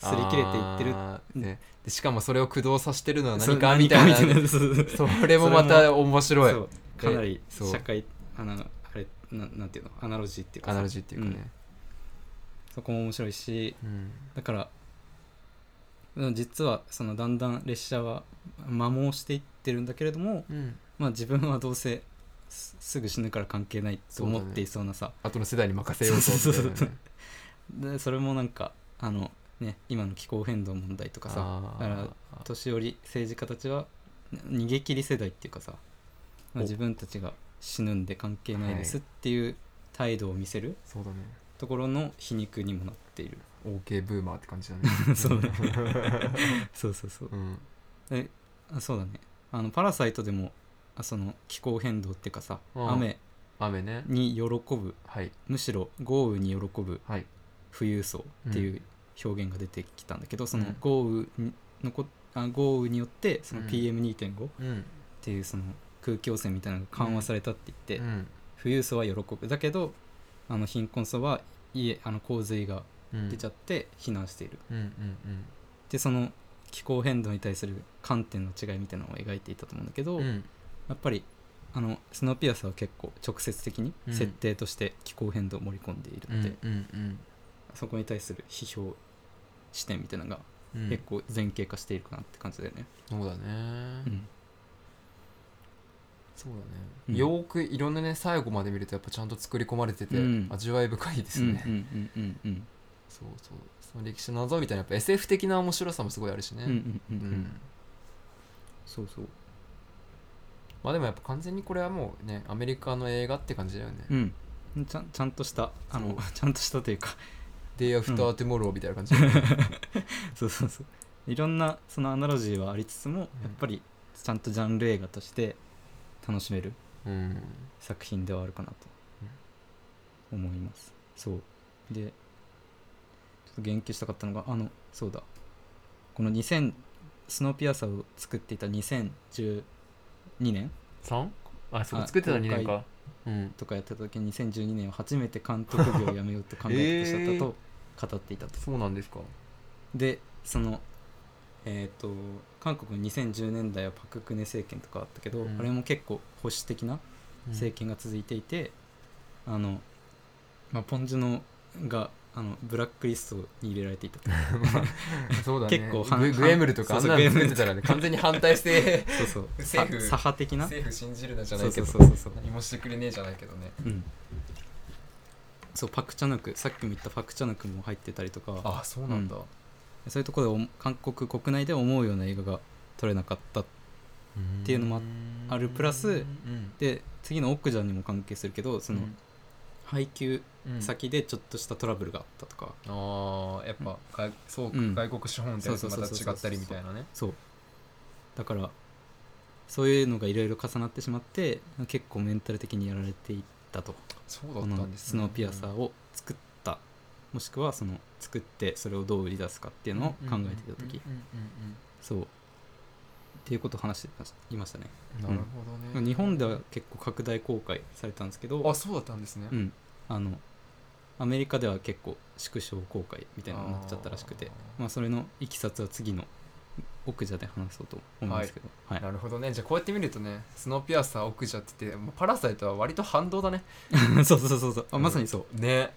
S2: 擦り切れていってる
S1: あーね、でしかもそれを駆動させてるのは
S2: そう
S1: 何かみたいな
S2: 何 かみたいなそう
S1: それもまた面白い
S2: そうかなり
S1: そう
S2: 社会あのあれななんていうのアナロジーっていうか
S1: ア
S2: さ
S1: ナロジーっていうかね、
S2: そこも面白いし
S1: うん
S2: だからうん実はそのだんだん列車は摩耗していってるんだけれども、
S1: うん
S2: まあ、自分はどうせすすぐ死ぬから関係ないと思っていそうなさ
S1: 後の世代に任せようと
S2: そうそう
S1: みた
S2: そ
S1: いう
S2: でそれもなんかあの、ね、今の気候変動問題とかさ
S1: なね
S2: だ
S1: あ
S2: か年寄り政治家たちは逃げ切り世代っていうかさ、まあ
S1: お
S2: 自分たちが死ぬんで関係ないですっていう態度を見せる
S1: ーそうだね
S2: ところの皮肉にもなっている
S1: OK ブーマーって感じだね
S2: そうだね そうそうそう
S1: うん
S2: えあそうだねあの「パラサイト」でもあその気候変動っていうかさ、
S1: うん
S2: 雨
S1: 雨ね
S2: に喜ぶ
S1: はい
S2: むしろ豪雨に喜ぶ
S1: はい
S2: 富裕層っていう表現が出てきたんだけど、その
S1: うん
S2: 豪雨にのこあ豪雨によってその
S1: うん
S2: PM2.5、
S1: うん
S2: っていうその空気汚染みたいなのが緩和されたって言
S1: う
S2: って、
S1: ん
S2: 富裕層は喜ぶだけどあの貧困層は家あの洪水が
S1: うん
S2: 出ちゃって避難している、
S1: うんうん
S2: でその気候変動に対する観点の違いみたいなのを描いていたと思うんだけど、
S1: うんう
S2: やっ
S1: ん
S2: ぱりあのスノーピアスは結構直接的に
S1: うん
S2: 設定として気候変動を盛り込んでいる
S1: うん
S2: ので、
S1: うん
S2: そこに対する批評視点みたいなのが
S1: うん
S2: 結構前景化しているかなって感じだよね。
S1: そうだね
S2: うん
S1: そうだね、
S2: うん
S1: よーくいろんなね最後まで見るとやっぱちゃんと作り込まれてて、
S2: うん
S1: 味わい深いです
S2: うん
S1: ね、
S2: うんうんうん
S1: そうそうその歴史の謎みたいなやっぱ SF 的な面白さもすごいあるしね、
S2: うんうんうんう
S1: うん
S2: うん
S1: ん
S2: そうそう
S1: まあでもやっぱ完全にこれはもうねアメリカの映画って感じだよね、
S2: うん、ちゃんちゃんとしたあの ちゃんとしたというか
S1: Day After Tomorrow みたいな感じだよね、
S2: そうそうそういろんなそのアナロジーはありつつも、
S1: うん
S2: やっぱりちゃんとジャンル映画として楽しめる
S1: うん
S2: 作品ではあるかなと思います、そうでちょっと言及したかったのがあのそうだこの2000スノーピアサーを作っていた2012年
S1: 3? あそう
S2: あ
S1: 作ってた2年かうん
S2: とかやってた時に2012年は初めて監督業を辞めようと考えてた 人だと語っていたと
S1: そうなんですか
S2: でそのえっ、と韓国の2010年代はパク・クネ政権とかあったけど、
S1: うん
S2: あれも結構保守的な政権が続いていて、あの、まあ、ポン・ジュノがあのブラックリストに入れられていたと
S1: うんそうだね
S2: 結構反
S1: ググエムルとかあ
S2: 反
S1: ん
S2: そうそう
S1: なの
S2: グエムル
S1: 作ってたらね完全に反対して
S2: そうそう さ
S1: 政府
S2: 左派的な、
S1: 政府信じるなじゃな
S2: そ
S1: いうけ
S2: そ
S1: ど
S2: うそうそうそう、
S1: 何もしてくれねえじゃないけどね
S2: うん、そうパク・チャヌクさっきも言ったパク・チャヌクも入ってたりとか
S1: あそうなんだ、
S2: そういうところでお韓国国内で思うような映画が撮れなかったっていうのもあるプラス
S1: うん
S2: で次の「オックジャン」にも関係するけどその配給
S1: うん
S2: 先でちょっとしたトラブルがあったとか、
S1: ああやっぱ外そう、
S2: うん
S1: 外国資本ってやつとまた違ったりみたいなね
S2: そうだからそういうのがいろいろ重なってしまって結構メンタル的にやられていったと
S1: そうだ
S2: こ
S1: った
S2: の
S1: んです、
S2: スノーピアサーを作ったもしくはその作ってそれをどう売り出すかっていうのを考えていた時
S1: うんうん
S2: そうっていうことを話してましいましたね
S1: うんうんなるほどね、
S2: 日本では結構拡大公開されたんですけど
S1: あそうだったんですね、
S2: うん、あのアメリカでは結構縮小公開みたいなのになっちゃったらしくて
S1: あー
S2: まあ、それのいきさつは次の奥じゃで話そうと思うんですけど、はい
S1: なるほどねじゃあこうやって見るとねスノーピアサー奥じゃって言ってもうパラサイトは割と反動だね
S2: そうそうそうそうあまさにそう、
S1: ね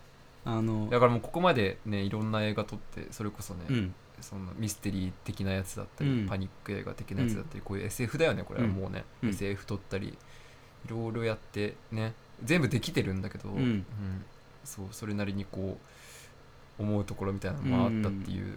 S2: あの
S1: だからもうここまでねいろんな映画撮ってそれこそね、
S2: うん
S1: そのミステリー的なやつだったり、
S2: うん
S1: パニック映画的なやつだったり、こういう SF だよねこれはもうね、
S2: うん
S1: SF 撮ったりいろいろやってね全部できてるんだけど、
S2: うん
S1: そうそれなりにこう思うところみたいなのもあったっていう、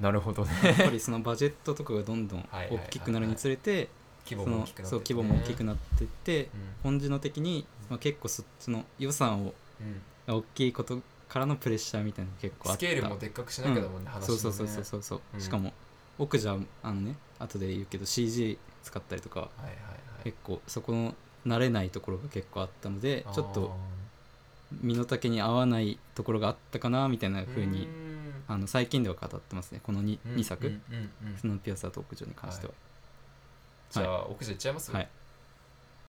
S1: なるほ どね
S2: やっぱりそのバジェットとかがどんどん
S1: はいはいはい
S2: 大きくなるにつれて
S1: 規
S2: そのそう規模も大きくなっていって本地の的に、まあ、結構そっちの予算を
S1: うん
S2: 大きいことからのプレッシャーみたいなのが結構あ
S1: ス
S2: った
S1: ケールもでっかくしなきゃだもんね、話
S2: そうそう
S1: も
S2: そう
S1: ね
S2: そうそうそう、
S1: うん
S2: しかも奥じゃあのね後で言うけど CG 使ったりとか
S1: はいはいはい
S2: 結構そこの慣れないところが結構あったのでちょっと身の丈に合わないところがあったかなみたいな
S1: あー
S2: 風に
S1: うん
S2: あの最近では語ってますねこの 2,
S1: うん
S2: 2作、
S1: うんうんうん
S2: スノーピアサーと屋上に関しては
S1: じゃあ、奥じゃ行っちゃいます
S2: はい、